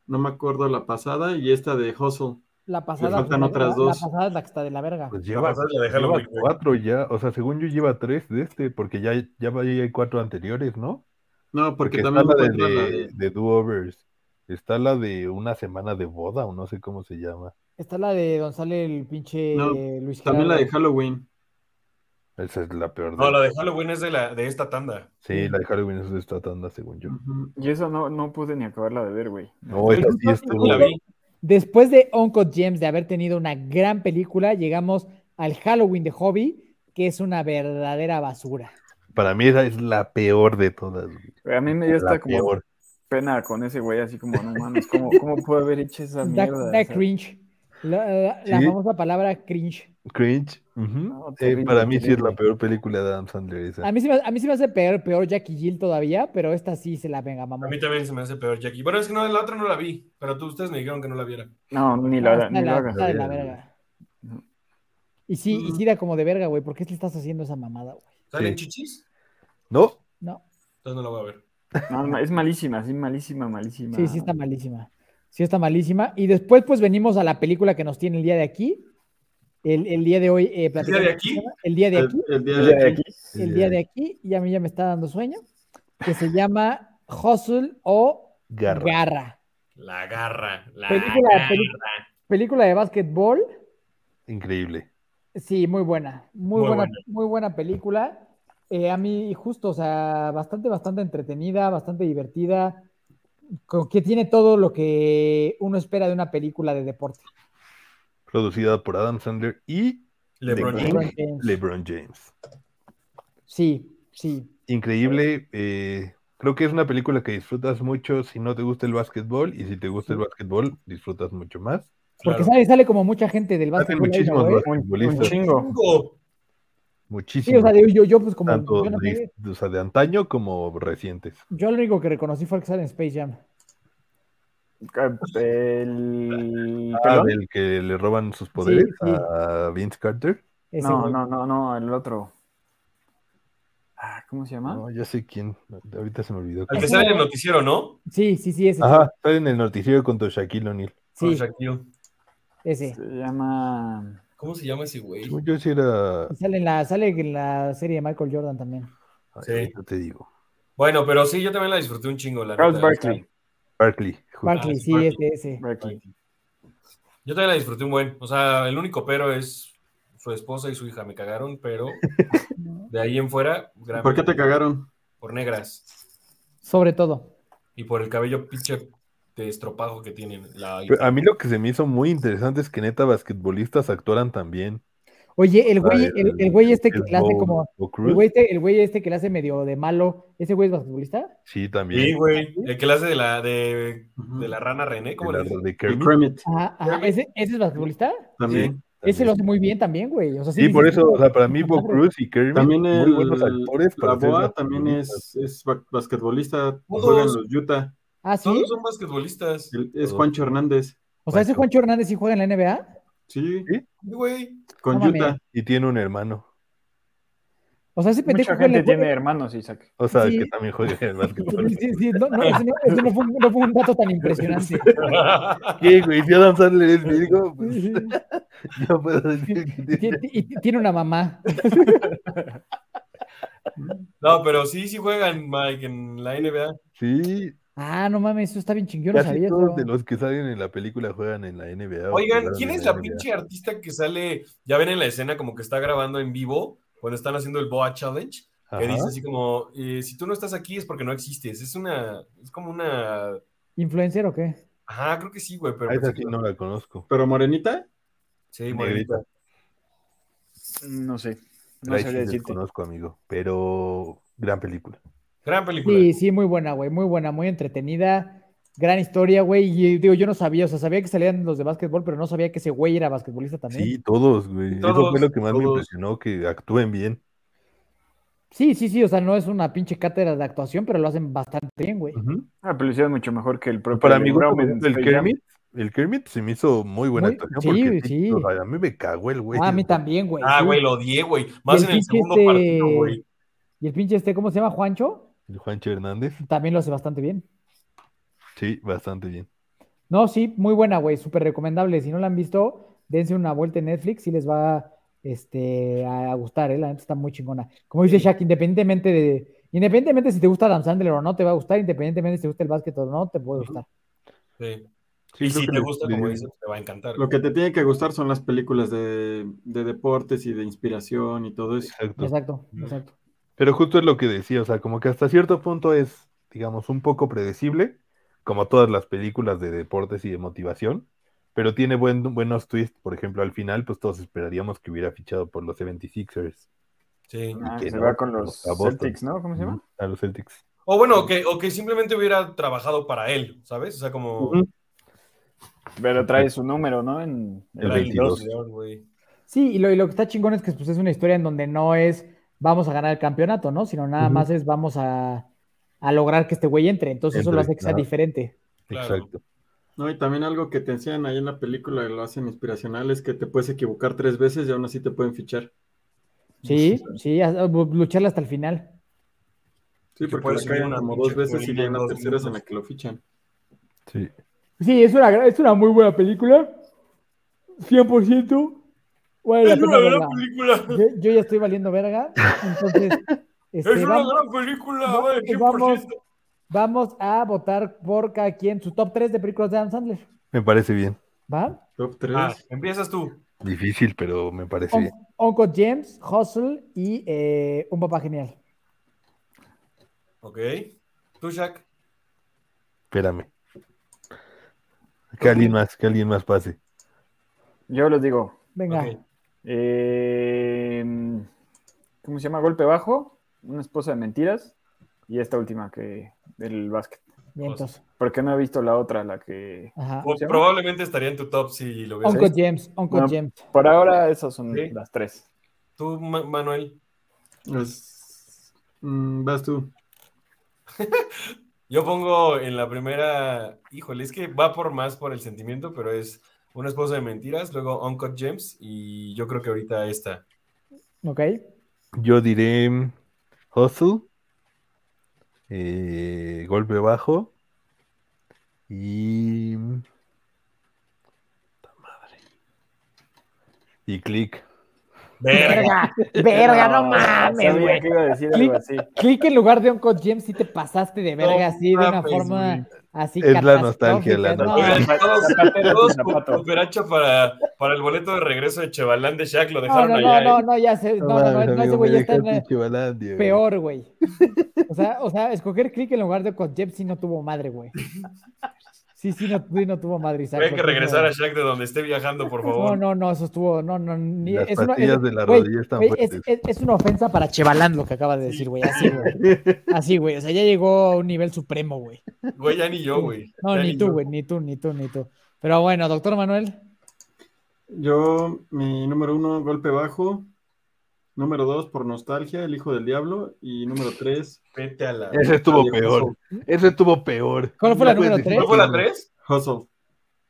No me acuerdo la pasada y esta de Hustle.
La pasada.
faltan
la-
otras
la-
dos.
La pasada es la que está de la verga.
Pues
La
lleva,
pasada la de
lleva
Halloween, güey.
cuatro ya, o sea, según yo lleva tres de este, porque ya, ya va- ya hay cuatro anteriores, ¿no?
No, porque,
Porque,
también
está la de,
encuentran la de-
de- de do-overs. Está la de una semana de boda, o no sé cómo se llama.
Está la de donde sale el pinche
No,
Luis
También la de
Gerardo.
Halloween.
Esa es la peor. de-
No, la de Halloween es de, la, de esta tanda.
Sí, la de Halloween es de esta tanda, según yo.
Ujú.
Y eso no, no pude ni acabarla de ver, güey.
No, esa sí estuvo.
La vi.
Después de Uncle James de haber tenido una gran película, llegamos al Halloween de Hobby, que es una verdadera basura.
Para mí esa es la peor de todas. güey.
A mí me dio
La
esta como
peor.
pena con ese güey, así como, no mames, ¿cómo, cómo puedo haber hecho
Da,
esa mierda?
da
O sea,
cringe. La, la- la
Sí.
famosa palabra cringe.
Cringe. ujú.
No,
Eh,
terrible,
para mí sí es la
terrible.
peor película de Adam Sandler esa.
A mí, se me, a mí se me hace peor, peor Jackie Jill todavía, pero esta sí se la venga, mamá.
A mí también se me hace peor Jackie. Bueno, es que no, la otra no la vi. Pero tú, ustedes me dijeron que no la viera.
No, ni
No,
la,
está
ni
de
la
la-
hagas.
está de la
güey.
verga. Y sí, y sí da como de verga, güey. ¿Por qué te estás haciendo esa mamada, güey?
¿Salen
Sí.
chichis?
No,
No.
Entonces no la voy a ver.
No, no, es malísima, sí, malísima, malísima.
Sí, sí está malísima. Sí está malísima. Y después, pues, venimos a la película que nos tiene el día de aquí. El, el día de hoy. eh, platicamos-
de aquí?
El día de
El,
aquí.
el día
El
de
día de
aquí.
aquí.
El
eh,
día de aquí. Y a mí ya me está dando sueño. Que se llama Hustle o
Garra.
Garra.
La garra. La
Película,
Ah, garra.
película. Película de básquetbol.
Increíble.
Sí, muy buena, muy,
Muy
buena,
buena.
muy buena película. Eh, a mí, justo, o sea, bastante, bastante entretenida, bastante divertida, con- que tiene todo lo que uno espera de una película de deporte.
Producida por Adam Sandler y
LeBron
De-
James.
LeBron James.
LeBron James.
Sí, sí,
Increíble. eh, creo que es una película que disfrutas mucho si no te gusta el básquetbol y si te gusta el básquetbol disfrutas mucho más.
porque
Claro.
sale, sale como mucha gente del
Hacen
básquetbol. ahí, ¿no,
muchísimos
güey?
Un, un
basquetbolistas,
chingo.
Chingo.
Sí, o
muchísimos,
sea, digo, yo, yo, pues como,
tanto
yo, no sé,
de, o sea, de antaño como recientes.
yo lo único que reconocí fue el que sale en Space Jam.
El
Ah,
pelón.
del que le roban sus poderes
sí.
a Vince Carter.
Ese,
No,
güey.
no, no, no, el otro. Ah, ¿Cómo se llama?
No, ya sé quién. Ahorita se me olvidó.
Al que sale en el noticiero, ¿no?
Sí, sí, sí, ese.
Ajá, está en el noticiero contra Shaquille O'Neal.
Con
Sí,
Shaquille.
ese.
Se llama.
¿Cómo se llama ese güey?
Según Yo sí era.
Y Sale en la, sale en la serie de Michael Jordan también.
Ay,
Sí.
ahorita te digo.
Bueno, pero sí, yo también la disfruté un chingo, la
Charles
neta.
Barkley.
Barkley. justo.
Barkley,
es
sí,
Barkley.
ese, ese.
Barkley.
Yo también la disfruté un buen. O sea, el único pero es su esposa y su hija me cagaron, pero de ahí en fuera, gran-
¿Por qué te cagaron?
Por negras
Sobre todo.
y por el cabello pinche de estropajo que tienen. La...
Pero a mí lo que se me hizo muy interesante es que neta basquetbolistas actuaran también.
Oye, el güey,
Ah,
el, el güey este que
el
le hace
Bo-
como.
Bo Cruz.
El güey, este, el güey este que le hace medio de malo. ¿Ese güey es basquetbolista?
Sí,
Sí,
también.
güey. El que la hace de la, de,
Ujú.
de la rana René, ¿cómo
De la-
le dicen?
de
El
Kermit
Kermit
Ajá, ajá. ¿Ese, ese es basquetbolista?
también.
también.
Ese lo hace muy bien también, güey. O sea, sí,
Sí, por
dices,
eso, o sea,
"No,
para mí
no,
Bo
madre".
Cruz y Kermit,
También el,
muy buenos actores para
la
ser
Boa también
basquetbolistas.
es, es ba- basquetbolista,
Todos.
juega en los Utah.
Ah, sí.
Todos son basquetbolistas.
El- es Juancho Hernández.
O sea, ese Juancho Hernández sí juega en la NBA.
Sí,
Güey,
con
No mames.
Utah.
Y tiene un hermano.
O sea, ese pendejo
Mucha
juega en
gente
la
tiene hermanos, Isaac.
O sea,
Sí.
que también juega en el básquetbol.
Sí, sí, no, no, ese no, ese no fue, un- no fue un dato tan impresionante.
¿Qué, güey? Si Adam Sandler es Virgo, pues
Sí, sí.
yo puedo decir que
Y
tiene...
ti- y ti- tiene una mamá.
no, pero sí, sí juegan, Mike, en la NBA.
Sí,
Ah, no mames, eso está bien chingón, no
casi
sabía.
todos
eso.
de los que salen en la película juegan en la NBA. o
Oigan,
jugaron
¿quién
en
es la
NBA?
pinche artista que sale? Ya ven en la escena como que está grabando en vivo cuando están haciendo el Boa Challenge. Que
Ajá.
dice así como, eh, si tú no estás aquí es porque no existes. Es una, es como una...
¿Influencer o qué?
Ajá, creo que sí, güey, pero...
Ah, esa
pensé
sí
que-
no la conozco.
Pero Morenita,
Sí, morenita.
No sé. No
Ahí sí
sabría decirte.
desconozco, amigo. Pero gran película.
Gran película.
Sí, sí, muy buena, güey, muy buena, muy entretenida. Gran historia, güey. Y digo, yo no sabía, o sea, sabía que salían los de básquetbol, pero no sabía que ese güey era basquetbolista también.
Sí, todos, güey. Eso
Todos,
fue lo que más me
todos.
impresionó, que actúen bien.
Sí, sí, sí, o sea, no es una pinche cátedra de actuación, pero lo hacen bastante bien, güey.
Ah, pero lo hicieron mucho mejor que el propio.
Para mi gusto,
LeBron
por
en
ejemplo, el
Space Jam.
Kermit, el Kermit se me hizo muy buena
Muy-
actuación
sí,
porque sí,
sí.
o sea, a mí me cagó el güey.
Ah, a mí también, güey.
Ah,
sí.
güey, lo odié, güey.
el
Más en el
pinche
segundo
este-
partido, güey.
Y el pinche este, ¿cómo se llama? Juancho,
El Juancho Hernández,
también lo hace bastante bien.
sí, bastante bien.
No, sí, muy buena, güey, súper recomendable. Si no la han visto, dense una vuelta en Netflix y les va este, a gustar, ¿eh? La neta está muy chingona. Como dice Shaq, independientemente de. Independientemente si te gusta Adam Sandler o no, te va a gustar. Independientemente si te gusta el básquet o no, te puede
Ujú.
gustar.
Sí.
Sí, creo
y si
que
te
le-
gusta,
le-
como dices, te va a encantar.
lo que te tiene que gustar son las películas de, de deportes y de inspiración y todo eso.
Exacto.
Exacto,
Ujú.
exacto.
Pero justo es lo que decía, o sea, como que hasta cierto punto es, digamos, un poco predecible, como todas las películas de deportes y de motivación, pero tiene buen- buenos twists. Por ejemplo, al final, pues todos esperaríamos que hubiera fichado por los 76ers.
Sí.
Ah,
Y
que
que
se
no,
va con los
a Boston.
Celtics, ¿no? ¿Cómo se llama?
A los Celtics.
O bueno, que, o que simplemente hubiera trabajado para él, ¿sabes? O sea, como...
Ujú.
Pero trae su número, ¿no? En
El
Era
22.
ilusión, güey.
Sí, y lo, y lo que está chingón es que pues, es una historia en donde no es vamos a ganar el campeonato, ¿no? Sino nada
Ujú.
más es vamos a, a lograr que este güey entre. Entonces eso lo
Entre,
hace que sea
ajá.
diferente.
Claro.
Exacto.
No, y también algo que te enseñan ahí en la película, y lo hacen inspiracional, es que te puedes equivocar tres veces y aún así te pueden fichar.
Sí, sí, a- a lucharla hasta el final.
Sí,
Que
porque
puedes
la caen
subir una
como
pinche
dos veces y
colina
ya en la
dos
tercera es en la
minutos.
que lo fichan.
Sí.
Sí, es una, gra- es una muy buena película. 100%. Vale la
Es
pena
una
verla.
gran película.
Yo, yo ya estoy valiendo verga. Entonces, este,
Es una
vam-
gran película,
va-
güey.
vamos,
100%.
vamos a votar por cada quien su top 3 de películas de Adam Sandler.
Me parece bien.
¿Va?
Top 3.
Ah, empiezas tú.
Difícil, pero me parece
On-
bien.
Uncle James, Hustle y eh, Un Papá Genial.
Ok. Tú, Shaq.
Espérame. Que alguien más, que alguien más pase.
Yo los digo.
Venga.
Ok.
eh, ¿Cómo se llama? Golpe bajo, una esposa de mentiras y esta última que del básquet.
bien, entonces.
Porque no he visto la otra, la que...
Ajá.
se
O
llama?
Pues probablemente estaría en tu top si lo hubieras
Uncle
visto.
James, Uncle
No.
James.
Por ahora esas son
Sí.
las tres.
Tú, Ma- Manuel.
Es- mm, vas tú.
Yo pongo en la primera, híjole, es que va por más por el sentimiento, pero es una esposa de mentiras, luego Uncut James y yo creo que ahorita esta.
Ok.
Yo diré mm, Hustle, eh, Golpe Bajo y... mm, ta madre. Y Click.
Verga, verga, no mames,
sabía
güey.
que iba a decir algo así.
Click en lugar de Uncle James si te pasaste de verga
No
así de una
mames,
forma
güey.
así
Es la nostalgia, la
catastrófica, no,
nostalgia.
Oigan, todos,
Zapatero a tu
todos
zapato.
con cooperacha para, para el boleto de regreso de Chevalán de Shaq, lo
No,
dejaron
no,
allá.
no, no,
¿eh?
no, ya sé, no, no, no, no, ese güey ya está en la- peor, güey. O sea, o sea, escoger click en lugar de Uncle James sí no tuvo madre, güey. Sí, sí no, sí no tuvo madre, Isaac.
Hay que
porque
regresar
no-
a Shaq de donde esté viajando, por
No,
favor.
no, no, eso estuvo, no, no, ni-
Las
es una,
pastillas
es-
de la
güey,
rodilla están
güey, es,
fuertes.
es- es una ofensa para Chevalán lo que acaba de decir, güey, así, güey. Así, güey, o sea, ya llegó a un nivel supremo, güey.
Güey, ya ni yo, güey.
No,
Ya
ni tú,
yo.
güey, ni tú, ni tú, ni tú. Pero bueno, doctor Manuel.
Yo, mi número uno, golpe bajo. Número dos, por nostalgia, El Hijo del Diablo. Y número tres,
Vete a la.
Ese estuvo peor. Ese estuvo peor.
¿Cuál fue la
No puedes
número
decir-
tres?
¿No fue la 3?
Hustle.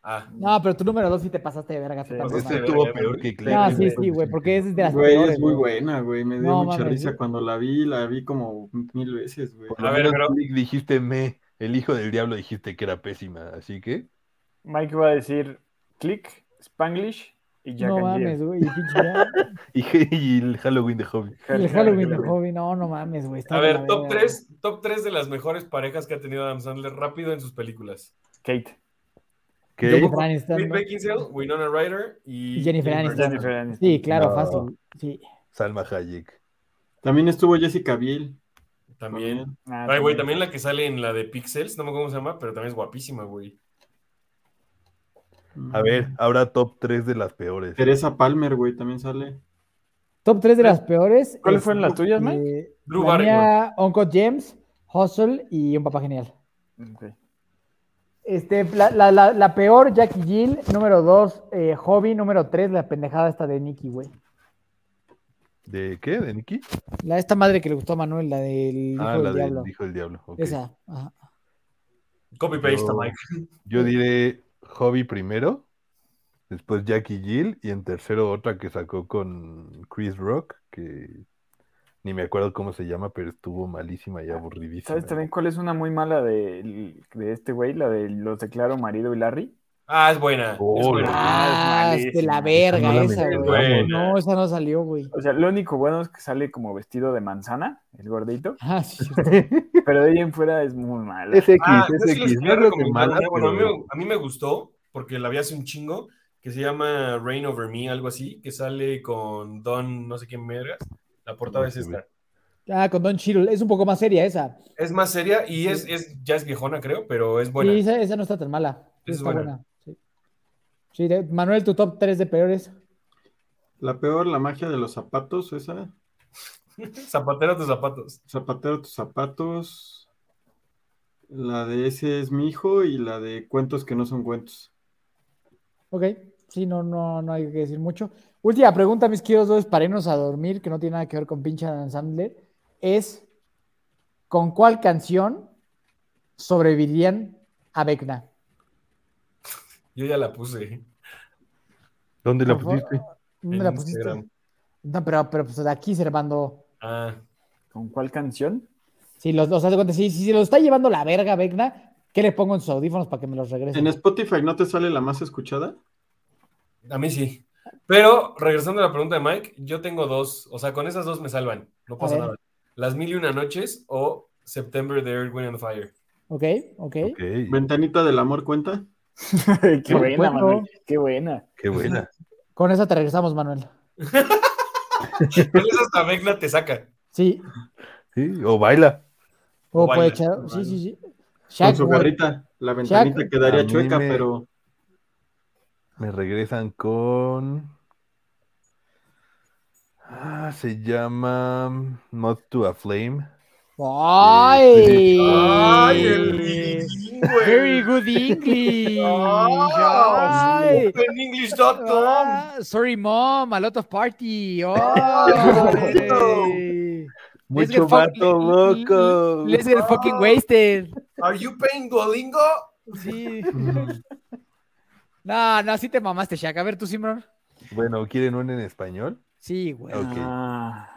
Ah.
No, pero tu número dos sí te pasaste de verga. totalmente.
pues,
Ese
Este-
estuvo peor que Clay.
Ah, sí, sí, güey, porque es de las
Güey,
peores,
es muy
güey.
buena, güey. Me dio
No,
mucha
mames,
risa
yo-
cuando la vi, la vi como mil veces, güey.
Por lo
A ver,
menos
pero-
tú dijiste me, el hijo del diablo dijiste que era pésima, así que
Mike va a decir click, Spanglish y Jack
No
and
mames,
Jill.
güey. y pinche ya-
y, y el Halloween de Hobby.
y El Halloween de Hobby, no, no mames, güey. está
A
de
ver,
la
top
verga,
3, top 3 de las mejores parejas que ha tenido Adam Sandler rápido en sus películas.
Kate.
güey.
¿Qué?
Jennifer Aniston,
Kate
¿no?
Beckinsale, Winona Ryder y
Y Jennifer Aniston.
Jennifer Aniston.
Sí, claro,
No.
fácil. Sí.
Salma Hayek.
También estuvo Jessica Biel.
También.
Ah,
Ay, güey, también la que sale en la de Pixels, no me acuerdo cómo se llama, pero también es guapísima, güey.
A ver, ahora top 3 de las peores.
Teresa Palmer, güey, también sale.
Top 3 de las peores.
¿Cuáles fueron las
este,
tuyas, Mike?
Drew
la mía,
Barrymore.
Uncle James, Hustle y Un Papá Genial.
Ok.
Este, la, la, la, la peor, Jackie Jill. Número 2, Hobby. Número 3, la pendejada esta de Nicky, güey.
¿De qué? ¿De Nicky?
La esta madre que le gustó a Manuel, la del hijo
Ah,
del
la
diablo.
del hijo del diablo. ok.
Esa. ajá.
Copy paste,
Yo-
Mike.
Yo diré Hobby primero, después Jackie Jill y en tercero otra que sacó con Chris Rock, que ni me acuerdo cómo se llama, pero estuvo malísima
Ah,
y aburridísima.
¿Sabes también cuál es una muy mala de, de este güey? La de los declaro marido y Larry.
Ah, es buena. es
Oh,
buena.
Ah,
es
este, la
malísima.
verga
No la
esa,
mencioné,
güey.
güey.
No, esa no salió, güey.
O sea, lo único bueno es que sale como vestido de manzana, el gordito.
Ah, sí.
Pero de ahí en fuera es muy malo.
Es X,
Ah, yo
es
sí les
X.
quería
No es lo que
recomendar
mala,
una, bueno, a mí,
pero-
me- a mí me gustó porque la vi hace un chingo que se llama Rain Over Me, algo así, que sale con Don no sé quién mergas. La portada
No
es
sé,
esta.
Ah, con Don Cheadle. Es un poco más seria esa.
Es más seria y es, es ya es viejona, creo, pero es buena.
Sí, esa, esa no está tan mala. Sí,
Es
está
buena.
buena. Sí. Sí, de- Manuel, tu top 3 de peores.
La peor, la magia de los zapatos, esa.
Zapatero a tus zapatos.
Zapatero tus zapatos. La de ese es mi hijo y la de cuentos que no son cuentos.
Ok. Sí, no, no, no hay que decir mucho. Última pregunta, mis queridos dos, para irnos a dormir, que no tiene nada que ver con pinche Adam Sandler, es ¿con cuál canción sobrevivirían a Vecna?
Yo ya la puse.
¿Dónde la
Por favor,
pusiste?
¿Dónde
En
la pusiste?
Instagram.
No, pero, pero pues de aquí se le mandó.
Ah,
¿Con cuál canción?
Si los, los haz de cuenta, si, si se los está llevando la verga, Vecna, ¿qué le pongo en sus audífonos para que me los regrese?
¿En Spotify no te sale la más escuchada?
a mí sí. Pero regresando a la pregunta de Mike, yo tengo dos. O sea, con esas dos me salvan. No pasa
ver.
nada. Las mil y una noches o September de Earth, Wind and Fire.
Ok, ok.
Ok,
¿Ventanita del amor cuenta?
Qué buena,
Bueno.
Manuel. Qué buena.
qué
pues
buena.
Con esa te regresamos, Manuel.
Con esas la Vecna te saca.
Sí,
Sí, o baila.
o
O
puede
baila,
echar.
o
Sí, sí, sí.
Con
Shaq,
su
güey.
garrita. La ventanita
Shaq.
A
quedaría
mí
chueca,
me-
pero
Me regresan con. Ah, se llama Moth to a Flame.
¡Ay!
Ay, el liguín, güey.
Very good English.
Ah,
Ay.
OpenEnglish.com.
Ah, sorry, mom. A lot of party.
Ay.
Ay. Let's
Mucho
get fuck-
vato loco.
Let's get fucking wasted.
Are you paying Duolingo?
Sí. No, no, sí te mamaste, Shaq. A ver, tú, Simron.
Bueno, ¿quieren un en español?
Sí, güey.
Ok.
Ah,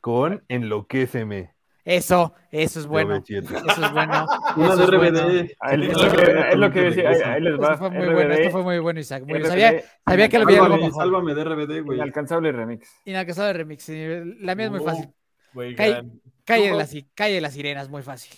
Con Enloquéceme.
Eso, eso es
de
bueno.
OV7.
Eso es bueno.
Ah,
una
Eso
de
es
RBD.
bueno.
ahí les- es lo que- es lo que decía. Ahí, ahí les va.
Esto fue muy
RBD,
bueno, esto fue muy bueno, Isaac. Muy-
RBD,
sabía, sabía que lo había algo
Sálvame,
mejor.
sálvame de RBD, güey.
Inalcanzable remix.
Inalcanzable remix. sí. La mía es muy
No,
fácil.
Güey,
Cae-
gran.
Calle de, las, calle de las sirenas, muy fácil.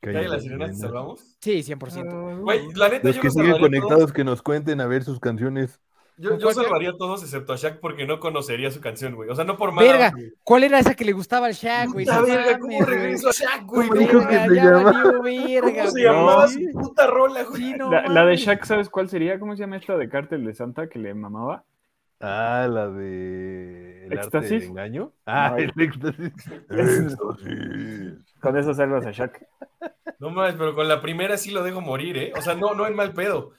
¿Cae de las sirenas te salvamos?
Sí,
Ah.
100%.
Güey, la neta,
Los
yo
que
no
siguen
salvaría a todos.
conectados que nos cuenten a ver sus canciones.
Yo, yo salvaría a todos excepto a Shaq porque no conocería su canción, güey. O sea, no por mala
Verga,
onda, güey.
¿cuál era esa que le gustaba al Shaq, güey?
Puta
No
verga,
mames,
¿cómo
güey.
regreso a Shaq, güey?
¿Cómo dijo que
Verga,
se
ya
llama?
valió verga,
¿Cómo se
güey.
llamaba
Sí,
su puta rola, güey?
sí, no
La, la de
mames.
Shaq, ¿sabes cuál sería? ¿Cómo se llama esta de Cártel de Santa que le mamaba?
Ah, la de. El arte del
¿Éxtasis?
engaño. Ah,
No,
el éxtasis. Éxtasis.
Con eso salvas a Shaq.
No mames, pero con la primera sí lo dejo morir, ¿eh? O sea, no, no hay mal pedo.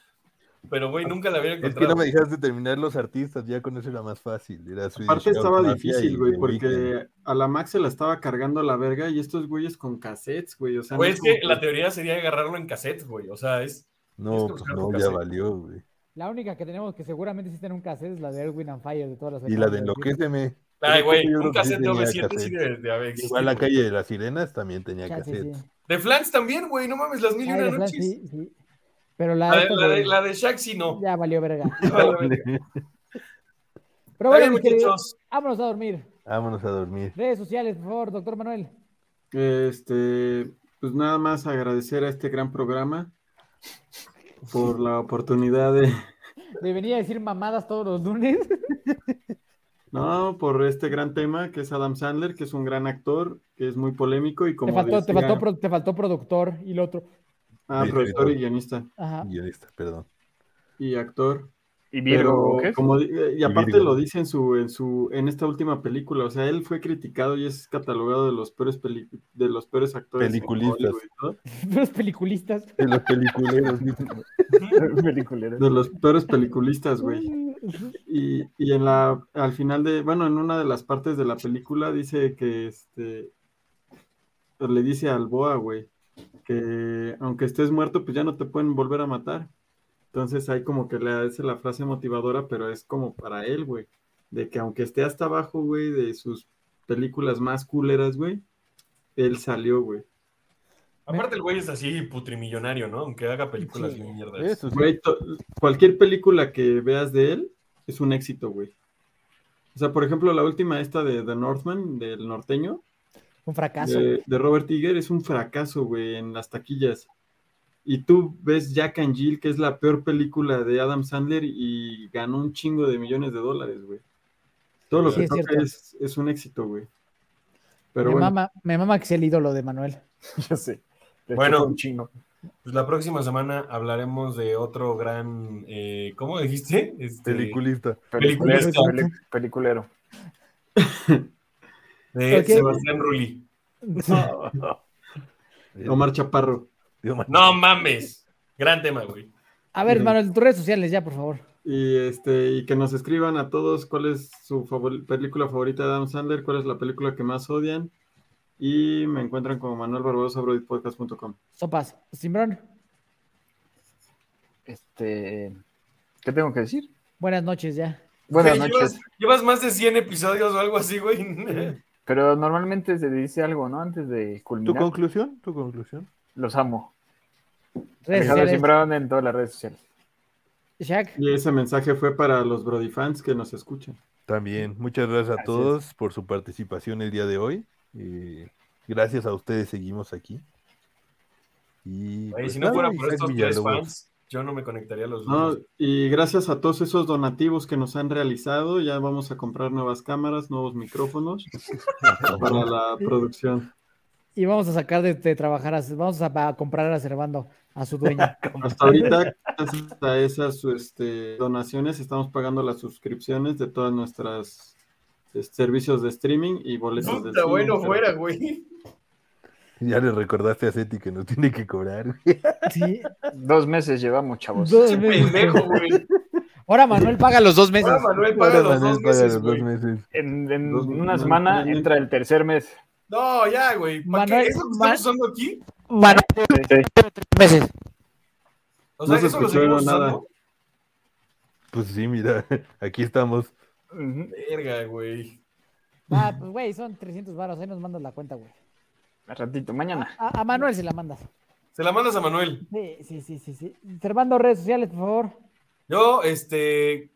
Pero, güey, nunca la había
Es
encontrado.
que no me dejaste terminar los artistas, ya con eso era más fácil. Era Swedish
Aparte
House
estaba
Mafia y
difícil, güey,
The Weeknd.
porque a la Max se la estaba cargando la verga y estos güeyes con cassettes, güey. O sea,
Güey,
no
es que
como-
la teoría sería agarrarlo en cassette, güey. O sea, es.
No,
Esto
pues
claro
no,
que
ya
hace.
valió, güey.
La única que tenemos que seguramente existe en un cassette es la de Erwin and Fire de todas las
Y la
épocas.
de Enloquéceme.
Ay, güey,
Yo creo
un
que sí
cassette de
tenía
OV7 sí
cassette.
debe de haber existido.
Igual la calle de las sirenas también tenía
Ya, sí,
cassette.
sí.
De Flans también, güey, no mames, las mil y
Ay,
una
Ah, de Flash,
noches.
sí, sí. Pero la,
La de,
esta
la, de,
de-
la de Shaq sí no.
ya valió verga. Pero
Está bien,
bueno, mis queridos,
muchachos.
vámonos a dormir.
Vámonos a dormir.
Redes sociales, por favor, doctor Manuel.
Este, pues nada más agradecer a este gran programa por la oportunidad de,
Le venía a decir mamadas todos los lunes.
no, por este gran tema que es Adam Sandler, que es un gran actor, que es muy polémico y como
te, faltó, te,
decía-
faltó, pro- te faltó productor y el otro.
ah, productor y guionista
Ajá.
Guionista, perdón.
y actor.
Y
Pero
Virgo, ¿qué?
como di- eh, y aparte
Virgo.
lo dice en su en su en esta última película, o sea, él fue criticado y es catalogado de los peores peli- de los peores actores en
Peliculistas.
Hollywood, ¿no?
Los peliculistas.
De los peliculeros.
Peliculero.
De los peores peliculistas, Pues, güey. Y, y en la, al final de, bueno, en una de las partes de la película dice que este pues, le dice al Boa, güey, que aunque estés muerto, pues ya no te pueden volver a matar. Entonces hay como que le hace la frase motivadora, pero es como para él, güey. De que aunque esté hasta abajo, güey, de sus películas más culeras, güey, él salió, güey.
Aparte, el güey es así putrimillonario, ¿no? Aunque haga películas
Sí.
bien mierdas.
Eso sí.
Güey, to- cualquier película que veas de él es un éxito, güey. O sea, por ejemplo, la última esta de The Northman, del norteño,
Un fracaso.
de, de Robert Tiger es un fracaso, güey, en las taquillas. Y tú ves Jack and Jill, que es la peor película de Adam Sandler, y ganó un chingo de millones de dólares, güey. Todo lo
Sí,
que
es
toca
cierto.
es, es un éxito, güey. Pero
me,
bueno,
mama, me mama que sea el ídolo de Manuel.
Ya sé. Este, Les
Bueno.
tocó un chingo.
Pues la próxima semana hablaremos de otro gran. eh, ¿Cómo dijiste? Este,
Peliculista.
Peliculero. este,
Peliculista.
peli- Peliculero.
De
Ok.
Sebastián Rulli.
Omar Chaparro.
Digo, man,
No mames. Gran tema, güey.
A ver,
Sí.
Manuel, tus redes sociales ya, por favor.
Y, este, y que nos escriban a todos cuál es su favor- película favorita de Adam Sandler, cuál es la película que más odian. Y me encuentran como Manuel Barbosa, broadpodcast.com.
Sopas, Simbrón,
Este. ¿Qué tengo que decir?
buenas noches ya.
Buenas
Güey,
noches.
Llevas, llevas más de 100 episodios o algo así, güey.
Pero normalmente se dice algo, ¿no? Antes de
¿Tu
culminar.
conclusión? ¿Tu conclusión?
Los amo.
Redes
Alejandro
sociales,
Simbrón en todas las redes sociales.
Shaq,
Y ese mensaje fue para los Brody fans que nos escuchan.
También, muchas gracias a
Gracias.
todos por su participación el día de hoy. Eh, gracias a ustedes seguimos aquí. Y
Güey,
pues,
si no
nada,
fuera por
Isaac
estos tres
Villalobos.
fans, yo no me conectaría a los
No,
lunes.
y gracias a todos esos donativos que nos han realizado, ya vamos a comprar nuevas cámaras, nuevos micrófonos para la producción.
y vamos a sacar de, de trabajar, a- vamos a, a comprar a Cervando, a su dueño.
Hasta ahorita, gracias a esas este, donaciones, estamos pagando las suscripciones de todas nuestras es, servicios de streaming y boletos de
Puta, bueno,
cine.
fuera, güey.
Ya le recordaste a Seti que nos tiene que cobrar.
Sí.
Dos meses llevamos, chavos.
Dos
Ese
meses.
pendejo, güey.
Ahora Manuel paga los dos meses.
Ahora Manuel paga
Ahora
los
Manuel
dos
paga
meses,
los dos
güey.
meses.
En, en
Dos-
una
no,
semana
no, no.
entra el tercer mes.
No, ya, güey. ¿Para qué?
Manuel-
¿Eso que
Ma-
estamos usando aquí?
Manuel, meses.
O sea,
No se
¿eso lo
escuchó
seguimos
nada.
usando?
Pues sí, mira, aquí estamos.
Ujú.
Verga, güey.
Ah, pues güey, son 300 varos, ahí nos mandas la cuenta, güey.
Al ratito, mañana.
A, a Manuel se la mandas.
Se la mandas a Manuel.
Sí, sí, sí, sí. sí. Cervando, redes sociales, por favor.
Yo, este.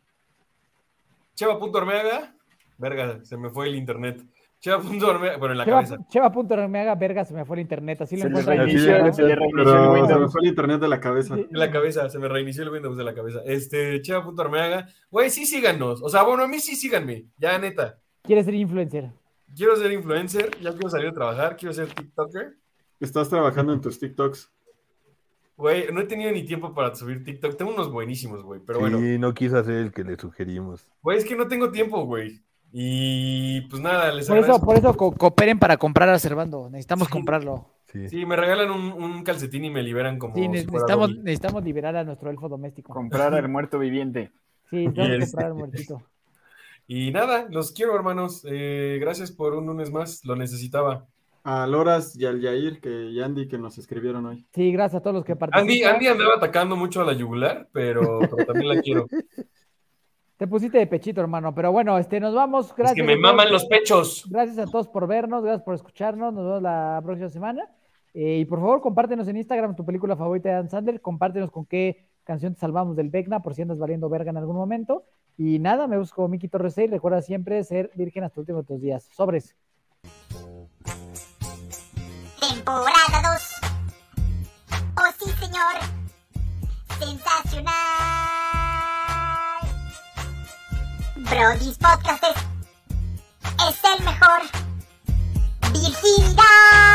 Cheva.ormeaga. Verga, se me fue el internet. Cheva.ormeaga. Bueno, en la cabeza.
Cheva- Cheva.remeaga, verga, se me fue el internet, así lo
Se le
Pues
encuentran. en-
reinició,
reinicia,
Así
se le
es.
reinicia el
Pero se me
Windows.
fue el internet de la cabeza.
Sí.
En la cabeza, se me reinició el Windows de la cabeza. Este, cheva.ormeaga. Güey, sí síganos. O sea, bueno, a mí sí síganme. Ya, neta.
Quieres ser influencer.
Quiero ser influencer. Ya quiero salir a trabajar. Quiero ser TikToker.
Estás trabajando en tus TikToks.
Güey, no he tenido ni tiempo para subir TikTok. Tengo unos buenísimos, güey. Pero bueno.
Sí, no quiso hacer el que le sugerimos.
Güey, es que no tengo tiempo, güey. Y pues nada, les
Por
agradezco.
eso, por eso co- cooperen para comprar a Cervando. Necesitamos
Sí.
comprarlo.
Sí, sí.
Sí, me regalan un, un calcetín y me liberan como.
Sí, ne-
si fuera
necesitamos,
Dobby.
necesitamos liberar a nuestro elfo doméstico.
Comprar al muerto viviente.
Sí, tengo que
Yes.
comprar al muertito.
Y nada, los quiero, hermanos. Eh, gracias por un lunes más, lo necesitaba.
A Loras y al Yair que, y Andy que nos escribieron hoy.
Sí, gracias a todos los que participaron.
Andy, Andy andaba atacando mucho a la yugular, pero, pero también la quiero.
Te pusiste de pechito, hermano. Pero bueno, este, nos vamos.
Es
Gracias.
que me
a todos.
maman los pechos.
Gracias a todos por vernos, gracias por escucharnos. Nos vemos la próxima semana. Eh, y por favor, compártenos en Instagram tu película favorita de Dan Sandler. Compártenos con qué canción te salvamos del Vecna, por si andas valiendo verga en algún momento. Y nada, me busco Miki Torres 6. Recuerda siempre ser virgen hasta el último de tus días. Sobres.
Temporada 2. Oh sí, señor. Sensacional. Brody's Podcast es, es el mejor. Virginidad.